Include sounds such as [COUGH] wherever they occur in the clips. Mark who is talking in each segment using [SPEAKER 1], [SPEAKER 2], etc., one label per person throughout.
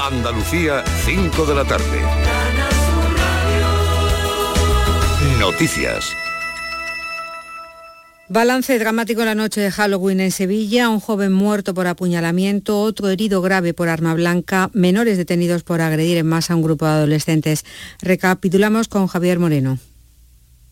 [SPEAKER 1] Andalucía, 5 de la tarde. Noticias.
[SPEAKER 2] Balance dramático en la noche de Halloween en Sevilla, un joven muerto por apuñalamiento, otro herido grave por arma blanca, menores detenidos por agredir en masa a un grupo de adolescentes. Recapitulamos con Javier Moreno.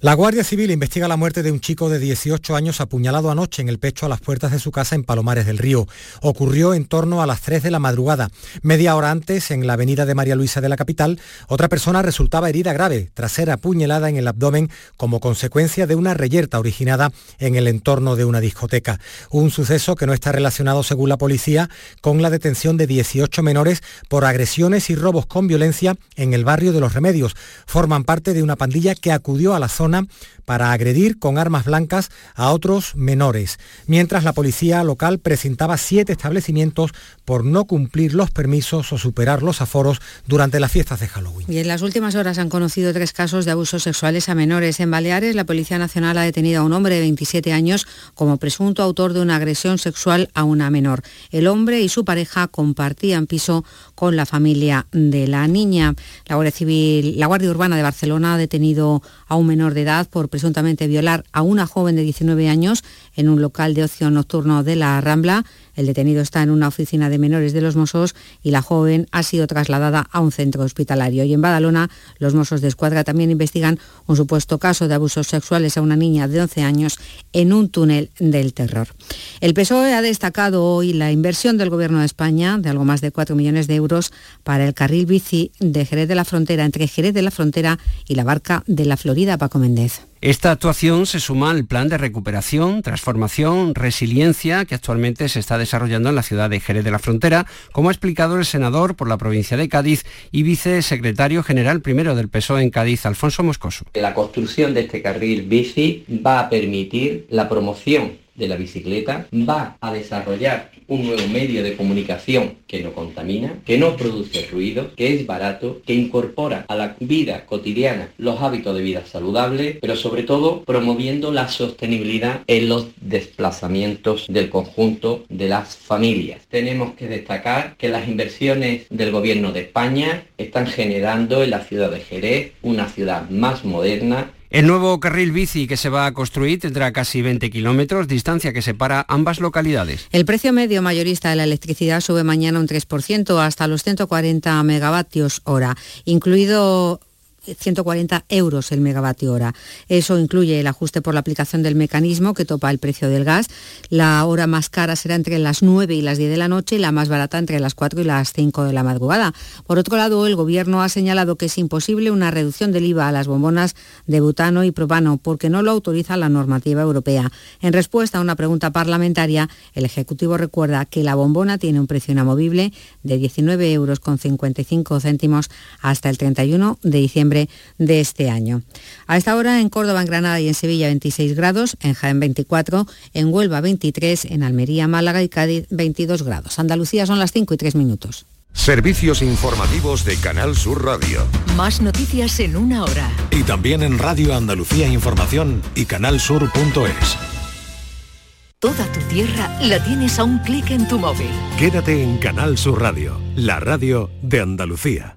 [SPEAKER 3] La Guardia Civil investiga la muerte de un chico de 18 años apuñalado anoche en el pecho a las puertas de su casa en Palomares del Río. Ocurrió en torno a las 3 de la madrugada. Media hora antes, en la avenida de María Luisa de la capital, otra persona resultaba herida grave tras ser apuñalada en el abdomen como consecuencia de una reyerta originada en el entorno de una discoteca. Un suceso que no está relacionado, según la policía, con la detención de 18 menores por agresiones y robos con violencia en el barrio de Los Remedios. Forman parte de una pandilla que acudió a la zona para agredir con armas blancas a otros menores, mientras la policía local presentaba siete establecimientos por no cumplir los permisos o superar los aforos durante las fiestas de Halloween.
[SPEAKER 2] Y en las últimas horas han conocido tres casos de abusos sexuales a menores. En Baleares, la Policía Nacional ha detenido a un hombre de 27 años como presunto autor de una agresión sexual a una menor. El hombre y su pareja compartían piso con la familia de la niña. La Guardia Civil, la Guardia Urbana de Barcelona ha detenido a un menor de edad por presuntamente violar a una joven de 19 años en un local de ocio nocturno de la Rambla. El detenido está en una oficina de menores de los Mossos y la joven ha sido trasladada a un centro hospitalario. Y en Badalona, los Mossos de Escuadra también investigan un supuesto caso de abusos sexuales a una niña de 11 años en un túnel del terror. El PSOE E ha destacado hoy la inversión del Gobierno de España de algo más de 4 millones de euros para el carril bici de Jerez de la Frontera, entre Jerez de la Frontera y la barca de la Florida, Paco Méndez.
[SPEAKER 4] Esta actuación se suma al plan de recuperación, transformación, resiliencia que actualmente se está desarrollando en la ciudad de Jerez de la Frontera, como ha explicado el senador por la provincia de Cádiz y vicesecretario general primero del PSOE E en Cádiz, Alfonso Moscoso.
[SPEAKER 5] La construcción de este carril bici va a permitir la promoción de la bicicleta, va a desarrollar un nuevo medio de comunicación que no contamina, que no produce ruido, que es barato, que incorpora a la vida cotidiana los hábitos de vida saludable, pero sobre todo promoviendo la sostenibilidad en los desplazamientos del conjunto de las familias. Tenemos que destacar que las inversiones del gobierno de España están generando en la ciudad de Jerez una ciudad más moderna,
[SPEAKER 4] el nuevo carril bici que se va a construir tendrá casi 20 kilómetros, distancia que separa ambas localidades.
[SPEAKER 2] El precio medio mayorista de la electricidad sube mañana un 3% hasta los 140 megavatios hora, incluido 140 euros el megavatio hora. Eso incluye el ajuste por la aplicación del mecanismo que topa el precio del gas. La hora más cara será entre las 9 y las 10 de la noche y la más barata entre las 4 y las 5 de la madrugada. Por otro lado, el Gobierno ha señalado que es imposible una reducción del IVA a las bombonas de butano y propano porque no lo autoriza la normativa europea. En respuesta a una pregunta parlamentaria, el Ejecutivo recuerda que la bombona tiene un precio inamovible de 19,55 euros con 55 céntimos hasta el 31 de diciembre de este año. A esta hora en Córdoba, en Granada y en Sevilla 26 grados, en Jaén 24, en Huelva 23, en Almería, Málaga y Cádiz 22 grados. Andalucía son las 5 y 3 minutos.
[SPEAKER 1] Servicios informativos de Canal Sur Radio.
[SPEAKER 6] Más noticias en una hora.
[SPEAKER 7] Y también en Radio Andalucía Información y canalsur.es.
[SPEAKER 6] Toda tu tierra la tienes a un clic en tu móvil.
[SPEAKER 7] Quédate en Canal Sur Radio, la radio de Andalucía.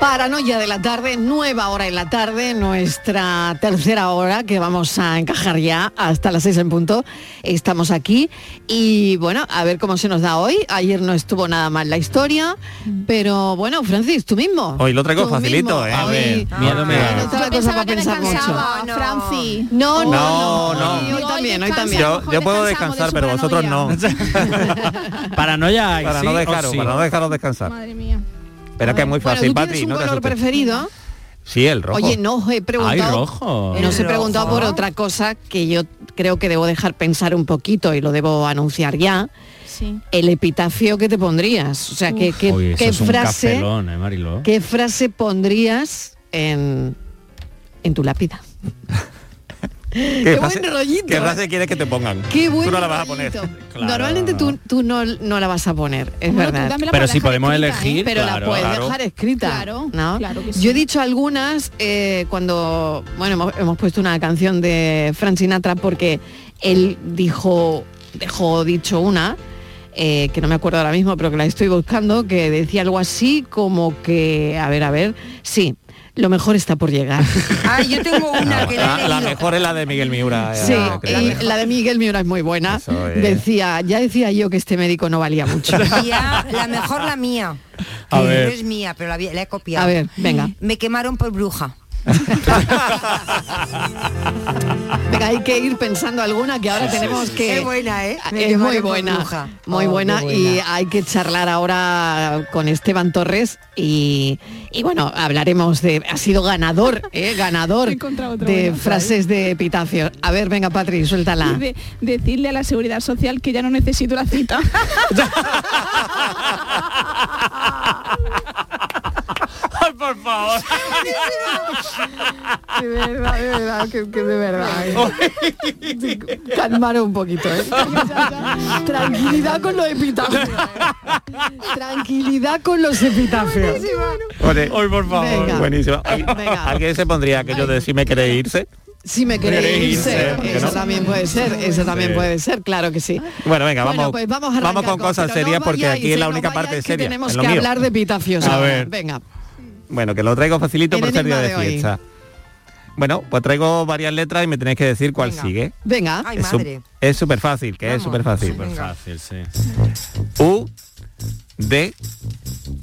[SPEAKER 8] Paranoia de la tarde, nueva hora en la tarde, nuestra tercera hora que vamos a encajar ya hasta las seis en punto. Estamos aquí y bueno, a ver cómo se nos da hoy. Ayer no estuvo nada mal la historia, pero bueno, Francis, tú mismo.
[SPEAKER 9] Hoy lo traigo facilito, ¿eh? A ver, miedo me
[SPEAKER 8] Francis. No, no, no. Hoy también, hoy también.
[SPEAKER 9] Yo, puedo descansar, pero vosotros no.
[SPEAKER 10] paranoia,
[SPEAKER 9] [LAUGHS] para no dejaros, para no dejaros descansar.
[SPEAKER 11] Madre mía.
[SPEAKER 9] Pero es que es muy fácil,
[SPEAKER 8] Bueno, ¿tú tienes
[SPEAKER 9] Patri,
[SPEAKER 8] un
[SPEAKER 9] no te
[SPEAKER 8] color
[SPEAKER 9] asustes.
[SPEAKER 8] preferido?
[SPEAKER 9] Sí, el rojo.
[SPEAKER 8] Oye, no he preguntado.
[SPEAKER 9] Ay, rojo.
[SPEAKER 8] No se
[SPEAKER 9] El
[SPEAKER 8] preguntó
[SPEAKER 9] rojo.
[SPEAKER 8] por otra cosa que yo creo que debo dejar pensar un poquito y lo debo anunciar ya.
[SPEAKER 11] Sí.
[SPEAKER 8] El epitafio que te pondrías. O sea, que, que-
[SPEAKER 10] Oye, eso
[SPEAKER 8] qué
[SPEAKER 10] es un
[SPEAKER 8] frase,
[SPEAKER 10] cafelón, ¿eh, Mariló?
[SPEAKER 9] [LAUGHS]
[SPEAKER 8] ¿qué frase pondrías en, en tu lápida? Qué buen rollito. ¿eh?
[SPEAKER 9] ¿Qué frase quieres que te pongan?
[SPEAKER 8] Qué buen
[SPEAKER 9] Tú no la vas a poner.
[SPEAKER 8] rollito.
[SPEAKER 9] Claro.
[SPEAKER 8] Normalmente tú, tú no, no la vas a poner, es
[SPEAKER 12] Bueno, tú
[SPEAKER 8] verdad.
[SPEAKER 12] dámela
[SPEAKER 9] Pero
[SPEAKER 12] para
[SPEAKER 9] si
[SPEAKER 12] dejar
[SPEAKER 9] podemos
[SPEAKER 12] escrita, ¿eh?
[SPEAKER 9] elegir,
[SPEAKER 8] Pero la
[SPEAKER 9] claro,
[SPEAKER 8] puedes
[SPEAKER 9] claro.
[SPEAKER 8] dejar escrita.
[SPEAKER 12] Claro,
[SPEAKER 8] ¿no?
[SPEAKER 12] claro que
[SPEAKER 8] Yo he
[SPEAKER 12] sí.
[SPEAKER 8] dicho algunas eh, cuando, bueno, hemos, hemos puesto una canción de Frank Sinatra porque él dijo, dejó dicho una, eh, que no me acuerdo ahora mismo, pero que la estoy buscando, que decía algo así como que, a ver, a ver, sí, lo mejor está por llegar.
[SPEAKER 13] Ah,
[SPEAKER 9] [LAUGHS]
[SPEAKER 13] yo tengo una que la he
[SPEAKER 9] La, la
[SPEAKER 13] leído.
[SPEAKER 9] mejor es la de Miguel Miura. eh,
[SPEAKER 8] Sí,
[SPEAKER 9] yo creo.
[SPEAKER 8] eh, la de Miguel Miura es muy buena.
[SPEAKER 9] Eso es.
[SPEAKER 8] Decía, ya decía yo que este médico no valía mucho.
[SPEAKER 13] Ya, la mejor la mía.
[SPEAKER 9] A
[SPEAKER 13] que
[SPEAKER 9] ver.
[SPEAKER 13] no es mía, pero la, vi- la he copiado.
[SPEAKER 8] A ver, venga.
[SPEAKER 13] Me quemaron por bruja.
[SPEAKER 8] [LAUGHS] Venga, hay que ir pensando alguna que ahora tenemos que.
[SPEAKER 13] Es buena, ¿eh? Me
[SPEAKER 8] es muy
[SPEAKER 13] quemaron por
[SPEAKER 8] buena,
[SPEAKER 13] bruja.
[SPEAKER 8] muy
[SPEAKER 13] Oh, qué
[SPEAKER 8] buena, y hay que charlar ahora con Esteban Torres y, y bueno, hablaremos de, ha sido [LAUGHS] ganador, ¿eh? ganador
[SPEAKER 12] He encontrado otra
[SPEAKER 8] de
[SPEAKER 12] buena,
[SPEAKER 8] frases de epitafios. A ver, venga Patri, suéltala.
[SPEAKER 12] Y de- decirle a la seguridad social que ya no necesito la
[SPEAKER 8] [LAUGHS]
[SPEAKER 12] cita.
[SPEAKER 9] Ay, por favor.
[SPEAKER 8] De verdad, de verdad, que, que de verdad. [LAUGHS] ¿eh? Calmaros un poquito, [LAUGHS] ¿eh? Tranquilidad con los epitafios. eh. Tranquilidad con los epitafios.
[SPEAKER 9] Oye, Hoy, por favor.
[SPEAKER 8] Venga.
[SPEAKER 9] Buenísimo. Ay,
[SPEAKER 8] Venga.
[SPEAKER 9] ¿Alguien se pondría aquello de si me quiere irse?
[SPEAKER 8] Si me queréis
[SPEAKER 9] Queréis irse,
[SPEAKER 8] irse,
[SPEAKER 9] ¿por qué
[SPEAKER 8] eso
[SPEAKER 9] no?
[SPEAKER 8] también puede ser, eso también
[SPEAKER 9] Sí.
[SPEAKER 8] puede ser, claro que sí.
[SPEAKER 9] Bueno, venga,
[SPEAKER 8] Bueno,
[SPEAKER 9] vamos,
[SPEAKER 8] pues vamos, a
[SPEAKER 9] vamos
[SPEAKER 8] arrancar
[SPEAKER 9] con cosas
[SPEAKER 8] pero
[SPEAKER 9] serias
[SPEAKER 8] no
[SPEAKER 9] porque
[SPEAKER 8] vayáis,
[SPEAKER 9] aquí es
[SPEAKER 8] eh,
[SPEAKER 9] la
[SPEAKER 8] no
[SPEAKER 9] única parte
[SPEAKER 8] vayáis, que
[SPEAKER 9] seria.
[SPEAKER 8] Tenemos
[SPEAKER 9] es lo
[SPEAKER 8] que
[SPEAKER 9] mío.
[SPEAKER 8] hablar de epitafios.
[SPEAKER 9] A
[SPEAKER 8] ahora.
[SPEAKER 9] ver.
[SPEAKER 8] Venga.
[SPEAKER 9] Bueno, que lo traigo facilito
[SPEAKER 8] El
[SPEAKER 9] por ser día de
[SPEAKER 8] enigma de hoy.
[SPEAKER 9] fiesta. Bueno, pues traigo varias letras y me tenéis que decir cuál
[SPEAKER 13] Venga.
[SPEAKER 9] sigue.
[SPEAKER 8] Venga.
[SPEAKER 13] Ay,
[SPEAKER 9] es su-
[SPEAKER 13] madre.
[SPEAKER 9] es súper fácil, que es
[SPEAKER 13] Vamos.
[SPEAKER 9] súper fácil.
[SPEAKER 13] Venga.
[SPEAKER 9] U, D,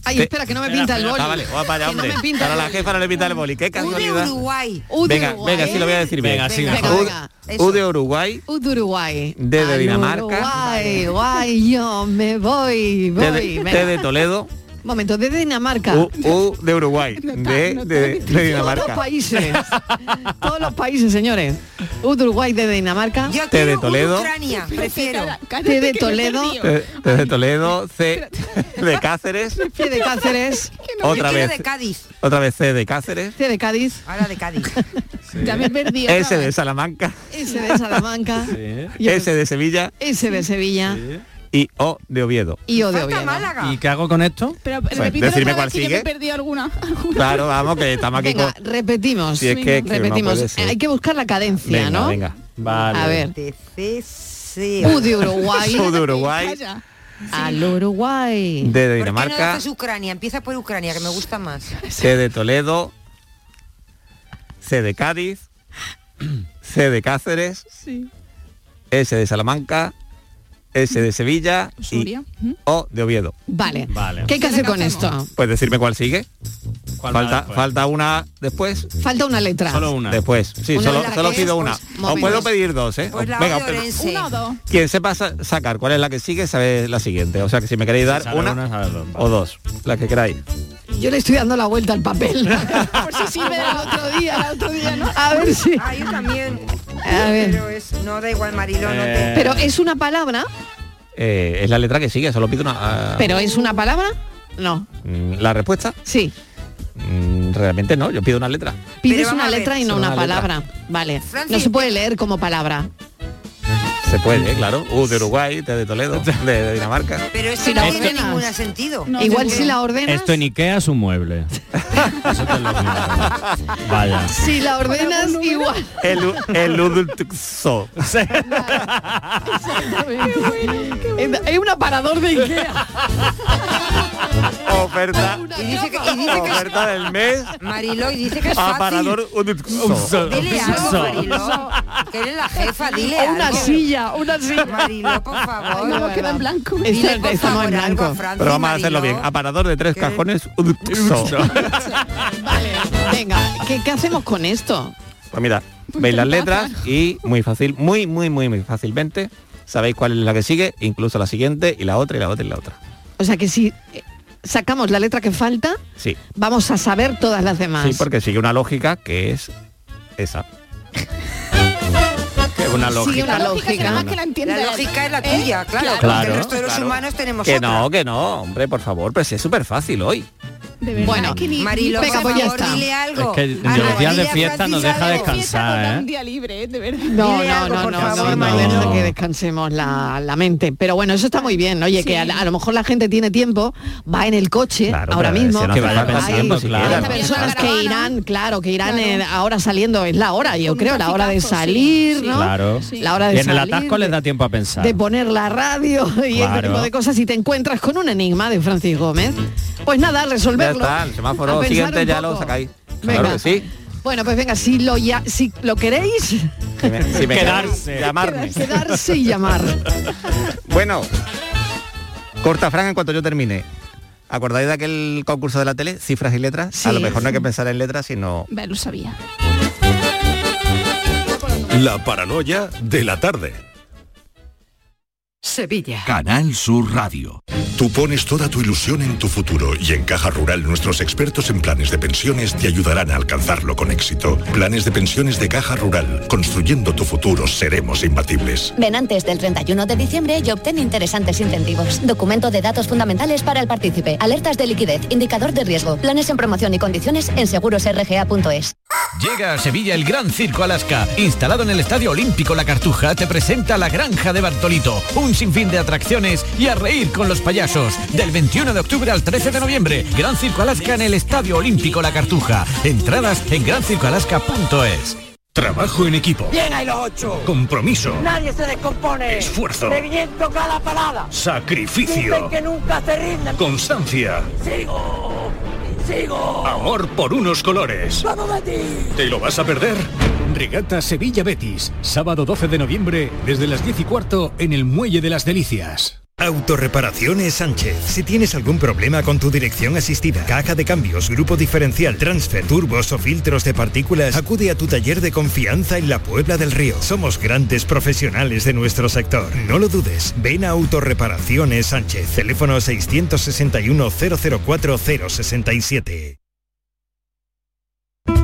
[SPEAKER 8] Ay,
[SPEAKER 9] te-
[SPEAKER 8] espera, que no me pinta el boli.
[SPEAKER 9] Ah, vale, va para allá,
[SPEAKER 8] Que no
[SPEAKER 9] hombre.
[SPEAKER 8] me pinta
[SPEAKER 9] Para
[SPEAKER 8] el
[SPEAKER 9] la
[SPEAKER 8] boli.
[SPEAKER 9] jefa no le pinta el boli. Qué
[SPEAKER 13] U de
[SPEAKER 9] casualidad.
[SPEAKER 13] Uruguay.
[SPEAKER 8] U de
[SPEAKER 9] Venga,
[SPEAKER 8] Uruguay.
[SPEAKER 9] venga, sí lo voy a decir bien.
[SPEAKER 8] ¿eh? Venga,
[SPEAKER 9] U-
[SPEAKER 8] venga, venga.
[SPEAKER 9] U de Uruguay,
[SPEAKER 8] U de Uruguay.
[SPEAKER 9] D de
[SPEAKER 8] Al
[SPEAKER 9] Dinamarca.
[SPEAKER 8] Uruguay, guay, yo me voy, voy.
[SPEAKER 9] T de,
[SPEAKER 8] venga.
[SPEAKER 9] T de Toledo,
[SPEAKER 8] Momento, de Dinamarca.
[SPEAKER 9] U, U de Uruguay,
[SPEAKER 12] No está,
[SPEAKER 9] D
[SPEAKER 12] no está
[SPEAKER 9] de, de
[SPEAKER 12] difícil.
[SPEAKER 8] Todos los
[SPEAKER 9] Dinamarca.
[SPEAKER 8] países. todos los países, señores. U de Uruguay, de Dinamarca.
[SPEAKER 13] Yo
[SPEAKER 9] Té de
[SPEAKER 13] quiero un
[SPEAKER 9] Toledo.
[SPEAKER 13] Ucrania, prefiero.
[SPEAKER 12] Cállate,
[SPEAKER 8] Té de
[SPEAKER 12] que me he
[SPEAKER 8] Toledo.
[SPEAKER 12] perdido.
[SPEAKER 9] T T de Toledo, C de Cáceres,
[SPEAKER 8] C de
[SPEAKER 12] [LAUGHS]
[SPEAKER 8] Cáceres.
[SPEAKER 9] otra
[SPEAKER 13] Yo quiero
[SPEAKER 9] vez,
[SPEAKER 13] de Cádiz.
[SPEAKER 9] otra vez C de Cáceres,
[SPEAKER 8] C de Cádiz.
[SPEAKER 13] Ahora de
[SPEAKER 8] [LAUGHS]
[SPEAKER 13] Cádiz.
[SPEAKER 12] Ya me he perdido. otra
[SPEAKER 9] S de
[SPEAKER 12] vez.
[SPEAKER 9] Salamanca,
[SPEAKER 8] S de Salamanca. Yo-
[SPEAKER 9] S de Sevilla
[SPEAKER 8] S de Sevilla.
[SPEAKER 9] y O de Oviedo.
[SPEAKER 8] Y O de
[SPEAKER 13] Falta
[SPEAKER 8] Oviedo.
[SPEAKER 13] Málaga.
[SPEAKER 14] ¿Y qué hago con esto?
[SPEAKER 12] Pero
[SPEAKER 9] decirme
[SPEAKER 12] repítelo otra vez
[SPEAKER 9] cuál
[SPEAKER 12] que yo
[SPEAKER 9] sigue.
[SPEAKER 12] me he perdido alguna. alguna. [LAUGHS]
[SPEAKER 9] Claro, vamos, que estamos aquí
[SPEAKER 8] Venga,
[SPEAKER 9] con...
[SPEAKER 8] repetimos.
[SPEAKER 9] Si es que- que no
[SPEAKER 8] repetimos.
[SPEAKER 9] puede ser.
[SPEAKER 8] Hay que buscar la cadencia,
[SPEAKER 9] Venga,
[SPEAKER 8] ¿no?
[SPEAKER 9] venga.
[SPEAKER 14] Vale.
[SPEAKER 8] A ver.
[SPEAKER 13] De CC.
[SPEAKER 8] U de Uruguay.
[SPEAKER 9] U de
[SPEAKER 8] [LAUGHS]
[SPEAKER 9] Uruguay,
[SPEAKER 12] Calla.
[SPEAKER 8] Al Uruguay.
[SPEAKER 9] D de
[SPEAKER 13] ¿Por qué no
[SPEAKER 9] Dinamarca,
[SPEAKER 13] haces Ucrania? Empieza por Ucrania, que me gusta más.
[SPEAKER 8] [LAUGHS]
[SPEAKER 9] C de Toledo, C de Cádiz, C de Cáceres,
[SPEAKER 12] Sí.
[SPEAKER 9] S de Salamanca, S de Sevilla y
[SPEAKER 12] Suria. ¿Mm?
[SPEAKER 9] O de Oviedo.
[SPEAKER 8] Vale.
[SPEAKER 14] Vale.
[SPEAKER 8] ¿Qué hay que hacer con
[SPEAKER 12] Hacemos.
[SPEAKER 8] esto?
[SPEAKER 9] Pues decirme cuál sigue.
[SPEAKER 14] ¿Cuál pues? va
[SPEAKER 9] Falta,
[SPEAKER 14] después?
[SPEAKER 9] falta una después.
[SPEAKER 8] Falta una letra.
[SPEAKER 14] Solo una.
[SPEAKER 9] Después. Sí,
[SPEAKER 8] Una
[SPEAKER 9] solo,
[SPEAKER 8] de las
[SPEAKER 9] solo
[SPEAKER 8] que
[SPEAKER 9] pido
[SPEAKER 8] es,
[SPEAKER 9] una.
[SPEAKER 8] pues,
[SPEAKER 9] Os
[SPEAKER 8] momentos.
[SPEAKER 9] puedo pedir dos, ¿eh?
[SPEAKER 13] Pues la
[SPEAKER 9] Os- Venga,
[SPEAKER 13] O de
[SPEAKER 9] pero-
[SPEAKER 13] Orense.
[SPEAKER 12] Una o dos.
[SPEAKER 9] quien sepa sa- sacar cuál es la que sigue, sabe la siguiente. O sea que si me queréis dar
[SPEAKER 14] sale
[SPEAKER 9] una,
[SPEAKER 14] una, sale dos.
[SPEAKER 9] o dos, la que queráis.
[SPEAKER 8] Yo le estoy dando la vuelta al [LAUGHS] papel.
[SPEAKER 12] Por si sirve del otro día, el otro día,
[SPEAKER 13] [LAUGHS]
[SPEAKER 12] ¿no?
[SPEAKER 8] A ver si.
[SPEAKER 13] Ah, yo también.
[SPEAKER 8] A ver.
[SPEAKER 13] Pero es, no da igual, Marilo, no
[SPEAKER 14] Eh,
[SPEAKER 13] te...
[SPEAKER 8] Pero es una palabra,
[SPEAKER 9] Eh, es la letra que sigue, solo pido una. ah,
[SPEAKER 8] pero es una palabra. No.
[SPEAKER 9] mm, la respuesta,
[SPEAKER 8] Sí.
[SPEAKER 9] mm, realmente no, yo pido una letra.
[SPEAKER 8] Pides
[SPEAKER 13] vamos
[SPEAKER 8] una
[SPEAKER 13] a ver.
[SPEAKER 8] letra y no
[SPEAKER 9] Solo
[SPEAKER 8] una
[SPEAKER 9] una letra.
[SPEAKER 8] palabra. Vale.
[SPEAKER 13] Francis,
[SPEAKER 8] No se puede
[SPEAKER 13] te-
[SPEAKER 8] leer como palabra.
[SPEAKER 9] Se puede,
[SPEAKER 14] Mm.
[SPEAKER 9] ¿eh? claro. U de Uruguay, T de
[SPEAKER 14] [LAUGHS]
[SPEAKER 9] Toledo, D de Dinamarca.
[SPEAKER 13] Pero es
[SPEAKER 8] Si
[SPEAKER 13] que
[SPEAKER 8] la
[SPEAKER 13] no tiene
[SPEAKER 8] ordenas.
[SPEAKER 13] ningún sentido.
[SPEAKER 12] No,
[SPEAKER 8] Igual
[SPEAKER 12] seguro.
[SPEAKER 8] si la ordenas.
[SPEAKER 14] Esto en Ikea es un
[SPEAKER 8] [LAUGHS]
[SPEAKER 14] mueble. Eso te lo digo. Vaya.
[SPEAKER 8] Si la ordenas
[SPEAKER 12] número.
[SPEAKER 8] igual.
[SPEAKER 9] El, u- el Udultuxo.
[SPEAKER 8] Es un aparador de Ikea.
[SPEAKER 9] Oferta.
[SPEAKER 13] Y dice que, y dice que
[SPEAKER 9] Oferta del mes.
[SPEAKER 13] es, Mariló, y dice que es fácil.
[SPEAKER 9] Aparador Udultuxo.
[SPEAKER 13] Dile algo,
[SPEAKER 14] So.
[SPEAKER 13] Mariló. Que eres
[SPEAKER 8] [LAUGHS]
[SPEAKER 13] la jefa, dile
[SPEAKER 8] O una
[SPEAKER 13] algo.
[SPEAKER 8] silla, una silla.
[SPEAKER 13] Mariló, por
[SPEAKER 12] Ay,
[SPEAKER 13] favor.
[SPEAKER 12] no, queda en blanco.
[SPEAKER 8] Esto-
[SPEAKER 13] Dile, por
[SPEAKER 8] estamos en
[SPEAKER 13] favor, algo a
[SPEAKER 8] blanco.
[SPEAKER 13] Francis,
[SPEAKER 9] Pero vamos a hacerlo
[SPEAKER 13] Mariló.
[SPEAKER 9] bien. Aparador de tres
[SPEAKER 13] ¿Qué?
[SPEAKER 9] cajones Udultuxo.
[SPEAKER 8] Vale. Venga, ¿qué, qué hacemos con esto?
[SPEAKER 9] Pues mira, veis las letras y muy fácil, muy, muy, muy, muy fácilmente. Sabéis cuál es la que sigue, incluso la siguiente, y la otra, y la otra, y la otra.
[SPEAKER 8] O sea que si eh, sacamos la letra que falta,
[SPEAKER 9] Sí.
[SPEAKER 8] vamos a saber todas las demás.
[SPEAKER 9] Sí, porque sigue una lógica que es esa. que es una
[SPEAKER 8] Sigue
[SPEAKER 9] lógica.
[SPEAKER 8] una
[SPEAKER 12] lógica será
[SPEAKER 8] lógica.
[SPEAKER 12] más que la entienda
[SPEAKER 13] La
[SPEAKER 12] él.
[SPEAKER 13] lógica es la
[SPEAKER 12] ¿Eh?
[SPEAKER 13] tuya, claro,
[SPEAKER 9] Claro,
[SPEAKER 13] porque el resto de los
[SPEAKER 9] claro.
[SPEAKER 13] humanos tenemos
[SPEAKER 9] Que
[SPEAKER 13] otra.
[SPEAKER 9] no, que no, hombre, por favor, pero si es súper fácil hoy.
[SPEAKER 13] De verdad,
[SPEAKER 8] Bueno,
[SPEAKER 13] es que ni-
[SPEAKER 8] Marilo, por
[SPEAKER 13] ni- venga,
[SPEAKER 8] favor, dile
[SPEAKER 10] Es que en los días de fiesta nos deja descansar, ¿eh?
[SPEAKER 13] día libre, ¿eh? de verdad.
[SPEAKER 8] No,
[SPEAKER 13] Dile
[SPEAKER 8] no,
[SPEAKER 13] algo,
[SPEAKER 8] no,
[SPEAKER 13] por
[SPEAKER 8] no,
[SPEAKER 13] favor,
[SPEAKER 8] no,
[SPEAKER 13] Marilo.
[SPEAKER 8] no, que descansemos la, la mente. Pero bueno, eso está muy bien, oye, que a, la- a lo mejor la gente tiene tiempo, va en el coche ahora
[SPEAKER 10] pero
[SPEAKER 8] mismo.
[SPEAKER 10] si no
[SPEAKER 8] que
[SPEAKER 10] hace falta
[SPEAKER 8] hay-
[SPEAKER 10] pensarlo,
[SPEAKER 8] hay
[SPEAKER 10] claro.
[SPEAKER 8] personas que irán, claro, que irán eh, ahora saliendo, es la hora, yo creo, la hora de salir, ¿no?
[SPEAKER 10] Claro.
[SPEAKER 8] La hora de
[SPEAKER 10] y en el
[SPEAKER 8] salir,
[SPEAKER 10] atasco les da tiempo a pensar.
[SPEAKER 8] de poner la radio [LAUGHS] y
[SPEAKER 10] Claro.
[SPEAKER 8] este tipo de cosas y te encuentras con un enigma de Francis Gómez. Pues nada, a
[SPEAKER 9] Ya
[SPEAKER 8] resolverlo.
[SPEAKER 9] está, el
[SPEAKER 8] A
[SPEAKER 9] semáforo
[SPEAKER 8] pensar
[SPEAKER 9] siguiente
[SPEAKER 8] un
[SPEAKER 9] ya lo
[SPEAKER 8] poco.
[SPEAKER 9] sacáis.
[SPEAKER 8] Venga.
[SPEAKER 9] Claro que sí.
[SPEAKER 8] Bueno, pues venga, si lo ya, si lo queréis,
[SPEAKER 9] Si me- si me
[SPEAKER 10] Quedarse.
[SPEAKER 9] Llamarme.
[SPEAKER 8] quedarse y llamar.
[SPEAKER 9] Bueno, corta Fran en cuanto yo termine. ¿Acordáis de aquel concurso de la tele? Cifras y letras. a lo mejor no hay que pensar en letras, sino...
[SPEAKER 13] Ve, lo sabía.
[SPEAKER 15] La paranoia de la tarde.
[SPEAKER 2] Sevilla.
[SPEAKER 15] Canal Sur Radio. Tú pones toda tu ilusión en tu futuro y en Caja Rural nuestros expertos en planes de pensiones te ayudarán a alcanzarlo con éxito. Planes de pensiones de Caja Rural. Construyendo tu futuro seremos imbatibles.
[SPEAKER 16] Ven antes del 31 de diciembre y obtén interesantes incentivos. Documento de datos fundamentales para el partícipe. Alertas de liquidez, indicador de riesgo, planes en promoción y condiciones en segurosrga.es.
[SPEAKER 17] Llega a Sevilla el Gran Circo Alaska. Instalado en el Estadio Olímpico La Cartuja, te presenta La Granja de Bartolito. Un sinfín de atracciones y a reír con los payasos. Del 21 de octubre al 13 de noviembre. Gran Circo Alaska en el Estadio Olímpico La Cartuja. Entradas en grancircoalaska.es.
[SPEAKER 15] Trabajo en equipo.
[SPEAKER 18] Bien ahí los ocho.
[SPEAKER 15] Compromiso.
[SPEAKER 18] Nadie se descompone.
[SPEAKER 15] Esfuerzo.
[SPEAKER 18] Reviento cada parada. Dicen
[SPEAKER 15] Sacrificio.
[SPEAKER 18] que nunca se rinden.
[SPEAKER 15] Constancia.
[SPEAKER 18] Sigo. Sigo.
[SPEAKER 15] Amor por unos colores.
[SPEAKER 18] Vamos a ti.
[SPEAKER 15] ¿Te lo vas a perder?
[SPEAKER 1] Regata Sevilla Betis, sábado 12 de noviembre, desde las 10 y cuarto, en el Muelle de las Delicias.
[SPEAKER 19] Autorreparaciones Sánchez. Si tienes algún problema con tu dirección asistida, caja de cambios, grupo diferencial, transfer, turbos o filtros de partículas, acude a tu taller de confianza en la Puebla del Río. Somos grandes profesionales de nuestro sector. No lo dudes. Ven a Autorreparaciones Sánchez. Teléfono 661 004 067.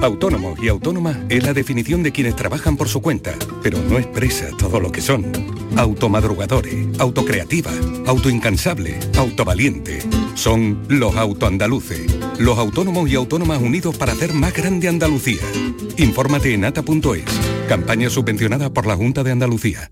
[SPEAKER 7] Autónomo y autónoma es la definición de quienes trabajan por su cuenta, pero no expresa todo lo que son. Automadrugadores, autocreativa, autoincansable, autovaliente. Son los autoandaluces, los autónomos y autónomas unidos para hacer más grande Andalucía. Infórmate en ata.es, campaña subvencionada por la Junta de Andalucía.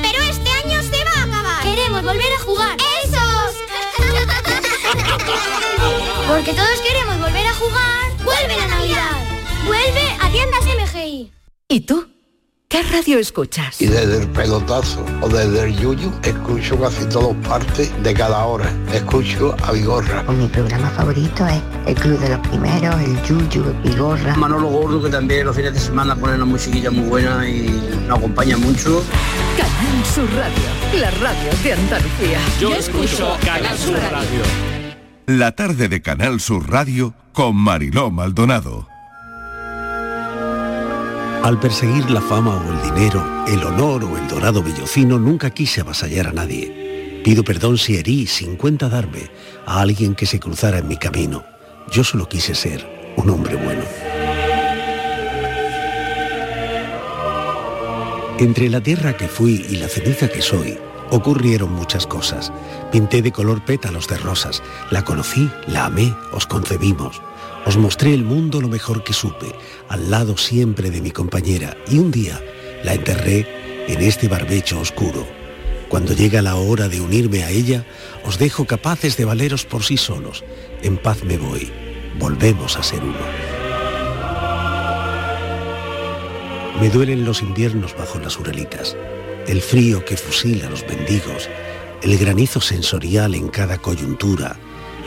[SPEAKER 20] Pero este año se va a acabar. Queremos volver a jugar. ¡Esos! [LAUGHS]
[SPEAKER 13] Pues
[SPEAKER 20] Porque todos queremos volver a jugar. ¡Vuelve la Navidad! ¡Vuelve a tiendas MGI!
[SPEAKER 2] ¿Y tú? ¿Qué radio escuchas?
[SPEAKER 21] Y desde el pelotazo o desde el yuyu escucho casi todas partes de cada hora. Escucho a Vigorra. Mi programa favorito es El Club de los Primeros, El Yuyu, Vigorra.
[SPEAKER 4] Manolo Gordo que también los fines de semana pone una musiquilla muy buena y nos acompaña mucho.
[SPEAKER 2] Canal Sur Radio, la radio de Andalucía.
[SPEAKER 22] Yo escucho Canal Sur Radio.
[SPEAKER 23] La tarde de Canal Sur Radio con Mariló Maldonado.
[SPEAKER 24] Al perseguir la fama o el dinero, el honor o el dorado bellocino, nunca quise avasallar a nadie. Pido perdón si herí, sin cuenta darme, a alguien que se cruzara en mi camino. Yo solo quise ser un hombre bueno. Entre la tierra que fui y la ceniza que soy, ocurrieron muchas cosas. Pinté de color pétalos de rosas. La conocí, la amé, os concebimos. Os mostré el mundo lo mejor que supe, al lado siempre de mi compañera, y un día la enterré en este barbecho oscuro. Cuando llega la hora de unirme a ella, os dejo capaces de valeros por sí solos. En paz me voy. Volvemos a ser uno. Me duelen los inviernos bajo las uralitas, el frío que fusila a los mendigos, el granizo sensorial en cada coyuntura,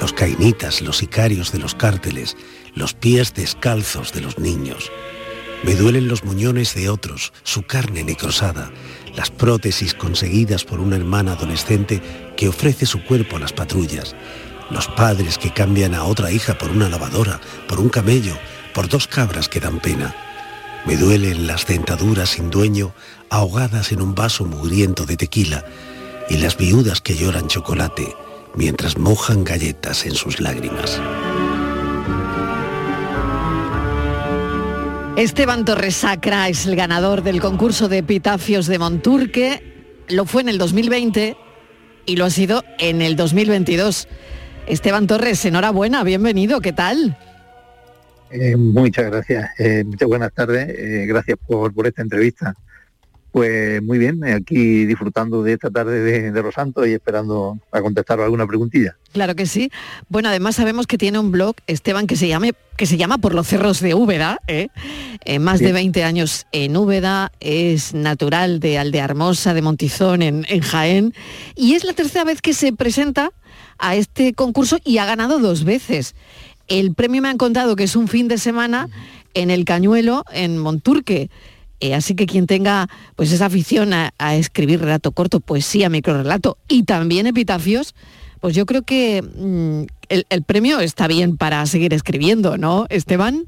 [SPEAKER 24] los cainitas, los sicarios de los cárteles, los pies descalzos de los niños. Me duelen los muñones de otros, su carne necrosada, las prótesis conseguidas por una hermana adolescente que ofrece su cuerpo a las patrullas, Los padres que cambian a otra hija por una lavadora, por un camello, por dos cabras que dan pena. Me duelen las dentaduras sin dueño, ahogadas en un vaso mugriento de tequila, y las viudas que lloran chocolate mientras mojan galletas en sus lágrimas.
[SPEAKER 8] Esteban Torres Sacra es el ganador del concurso de epitafios de Monturque. Lo fue en el 2020 y lo ha sido en el 2022. Esteban Torres, enhorabuena, bienvenido, ¿qué tal?
[SPEAKER 25] Eh, muchas gracias, eh, muchas buenas tardes, eh, gracias por, por esta entrevista. Pues muy bien, eh, aquí disfrutando de esta tarde de, de los santos y esperando a contestar alguna preguntilla.
[SPEAKER 8] Claro que sí. Bueno, además sabemos que tiene un blog, Esteban, que se, llame, que se llama Por los Cerros de Úbeda. ¿eh? Eh, más de 20 años en Úbeda, es natural de Aldearmosa, de Montizón, en, en Jaén. Y es la tercera vez que se presenta a este concurso y ha ganado dos veces. El premio me han contado que es un fin de semana en el Cañuelo, en Monturque. Eh, así que quien tenga pues esa afición a, a escribir relato corto, poesía, microrelato y también epitafios, pues yo creo que mm, el, el premio está bien para seguir escribiendo, ¿no, Esteban?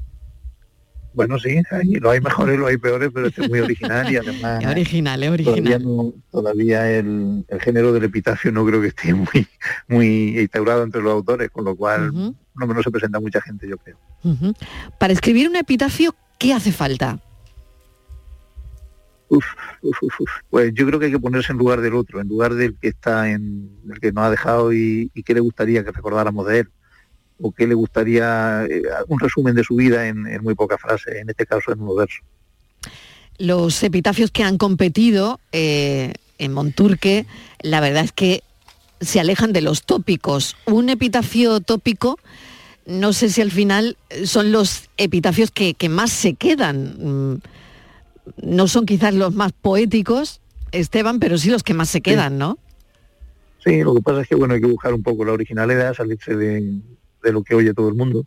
[SPEAKER 25] Bueno, sí, hay, lo hay mejores, lo hay peores, pero este es muy original y además...
[SPEAKER 8] Qué original, es
[SPEAKER 25] Todavía,
[SPEAKER 8] original.
[SPEAKER 25] no- todavía el, el género del epitafio no creo que esté muy, muy instaurado entre los autores, con lo cual
[SPEAKER 8] Ujú.
[SPEAKER 25] no, no se presenta mucha gente, yo creo.
[SPEAKER 8] Ujú. Para escribir un epitafio, ¿qué hace falta?
[SPEAKER 25] Uf, uf, uf. Pues yo creo que hay que ponerse en lugar del otro, en lugar del que está en el que nos ha dejado y, y qué le gustaría que recordáramos de él, o qué le gustaría eh, un resumen de su vida en, en muy pocas frases, en este caso en unos versos.
[SPEAKER 8] Los epitafios que han competido eh, en Monturque, la verdad es que se alejan de los tópicos. Un epitafio tópico, no sé si al final eh, son los epitafios que, que más se quedan. Mm, No son quizás los más poéticos, Esteban, pero sí los que más se quedan, ¿no?
[SPEAKER 25] Sí, lo que pasa es que bueno, hay que buscar un poco la originalidad, salirse de, de lo que oye todo el mundo.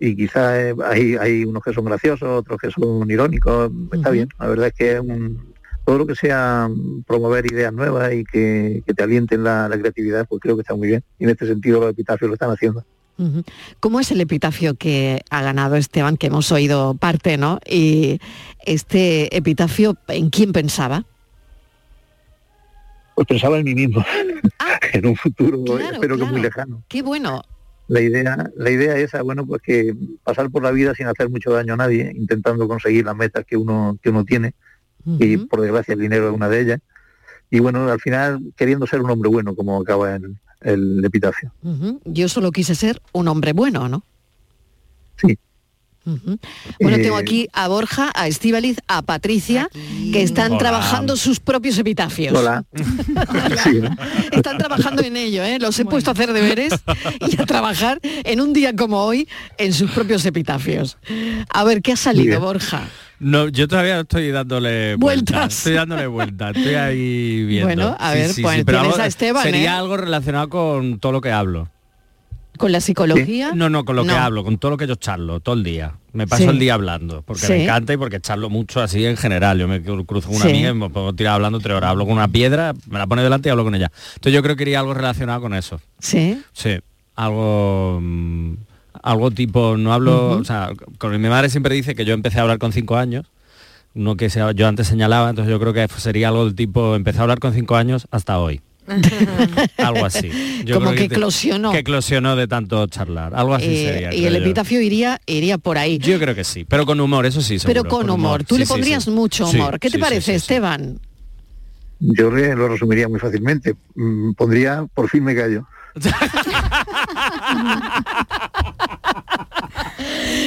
[SPEAKER 25] Y quizás eh, hay, hay unos que son graciosos, otros que son irónicos, está bien. La verdad es que es un- todo lo que sea mm, promover ideas nuevas y que, que te alienten la, la creatividad, pues creo que está muy bien. Y en este sentido los epitafios lo están haciendo.
[SPEAKER 8] Ujú. ¿Cómo es el epitafio que ha ganado Esteban, que hemos oído parte, ¿no? Y este epitafio, ¿en quién pensaba?
[SPEAKER 25] Pues pensaba en mí mismo, [LAUGHS] en un futuro, espero que muy lejano.
[SPEAKER 8] Qué bueno,
[SPEAKER 25] La idea, la idea esa, bueno, pues que pasar por la vida sin hacer mucho daño a nadie, intentando conseguir las metas que uno, que uno tiene, y por desgracia el dinero es una de ellas. Y bueno, al final queriendo ser un hombre bueno, como acaba el, el epitafio.
[SPEAKER 8] Ujú. Yo solo quise ser un hombre bueno, ¿no? Sí. Bueno, tengo
[SPEAKER 25] Eh,
[SPEAKER 8] aquí a Borja, a Estíbaliz, a Patricia, que están
[SPEAKER 25] Hola.
[SPEAKER 8] trabajando sus propios epitafios.
[SPEAKER 18] [LAUGHS]
[SPEAKER 25] Hola. [LAUGHS] Sí, ¿no?
[SPEAKER 8] Están trabajando en ello, ¿eh? Los he puesto a hacer deberes y a trabajar en un día como hoy en sus propios epitafios. A ver, ¿qué ha salido,
[SPEAKER 10] bien.
[SPEAKER 8] Borja?
[SPEAKER 10] No, yo todavía estoy dándole vueltas.
[SPEAKER 8] Vueltas.
[SPEAKER 10] Estoy dándole vueltas. Estoy
[SPEAKER 8] [LAUGHS]
[SPEAKER 10] ahí viendo.
[SPEAKER 8] Bueno, a ver, pues tienes a Esteban,
[SPEAKER 10] Sería
[SPEAKER 8] ¿eh?
[SPEAKER 10] algo relacionado con todo lo que hablo.
[SPEAKER 8] ¿Con la psicología?
[SPEAKER 10] No, no, con lo que
[SPEAKER 8] No. [LAUGHS]
[SPEAKER 10] hablo, con todo lo que yo charlo, todo el día. Me paso
[SPEAKER 8] Sí.
[SPEAKER 10] el día hablando, porque
[SPEAKER 8] Sí.
[SPEAKER 10] me encanta y porque charlo mucho así en general. Yo me cru- cruzo con una
[SPEAKER 8] Sí.
[SPEAKER 10] amiga y me puedo tirar hablando tres horas. Hablo con una piedra, me la pone delante y hablo con ella. Entonces yo creo que iría algo relacionado con eso.
[SPEAKER 8] Sí.
[SPEAKER 10] Sí, algo mm, algo tipo no hablo, o sea, con mi madre siempre dice que yo empecé a hablar con cinco años, no que sea, yo antes señalaba, entonces yo creo que sería algo del tipo empecé a hablar con cinco años hasta hoy. Algo
[SPEAKER 8] [LAUGHS]
[SPEAKER 10] así. Yo
[SPEAKER 8] Como
[SPEAKER 10] creo
[SPEAKER 8] que eclosionó.
[SPEAKER 10] Que eclosionó de tanto charlar. Algo así
[SPEAKER 8] Eh,
[SPEAKER 10] sería.
[SPEAKER 8] y
[SPEAKER 10] creo
[SPEAKER 8] el
[SPEAKER 10] yo.
[SPEAKER 8] epitafio iría, iría por ahí.
[SPEAKER 10] Yo creo que sí, pero con humor, eso sí, seguro.
[SPEAKER 8] Pero con humor. Tú
[SPEAKER 10] Sí,
[SPEAKER 8] le
[SPEAKER 10] sí, sí.
[SPEAKER 8] pondrías mucho
[SPEAKER 10] Sí,
[SPEAKER 8] humor. ¿Qué
[SPEAKER 10] sí,
[SPEAKER 8] te
[SPEAKER 10] sí,
[SPEAKER 8] parece,
[SPEAKER 10] sí, sí.
[SPEAKER 8] Esteban?
[SPEAKER 25] Yo re- lo resumiría muy fácilmente. Mm, Pondría, por fin me callo.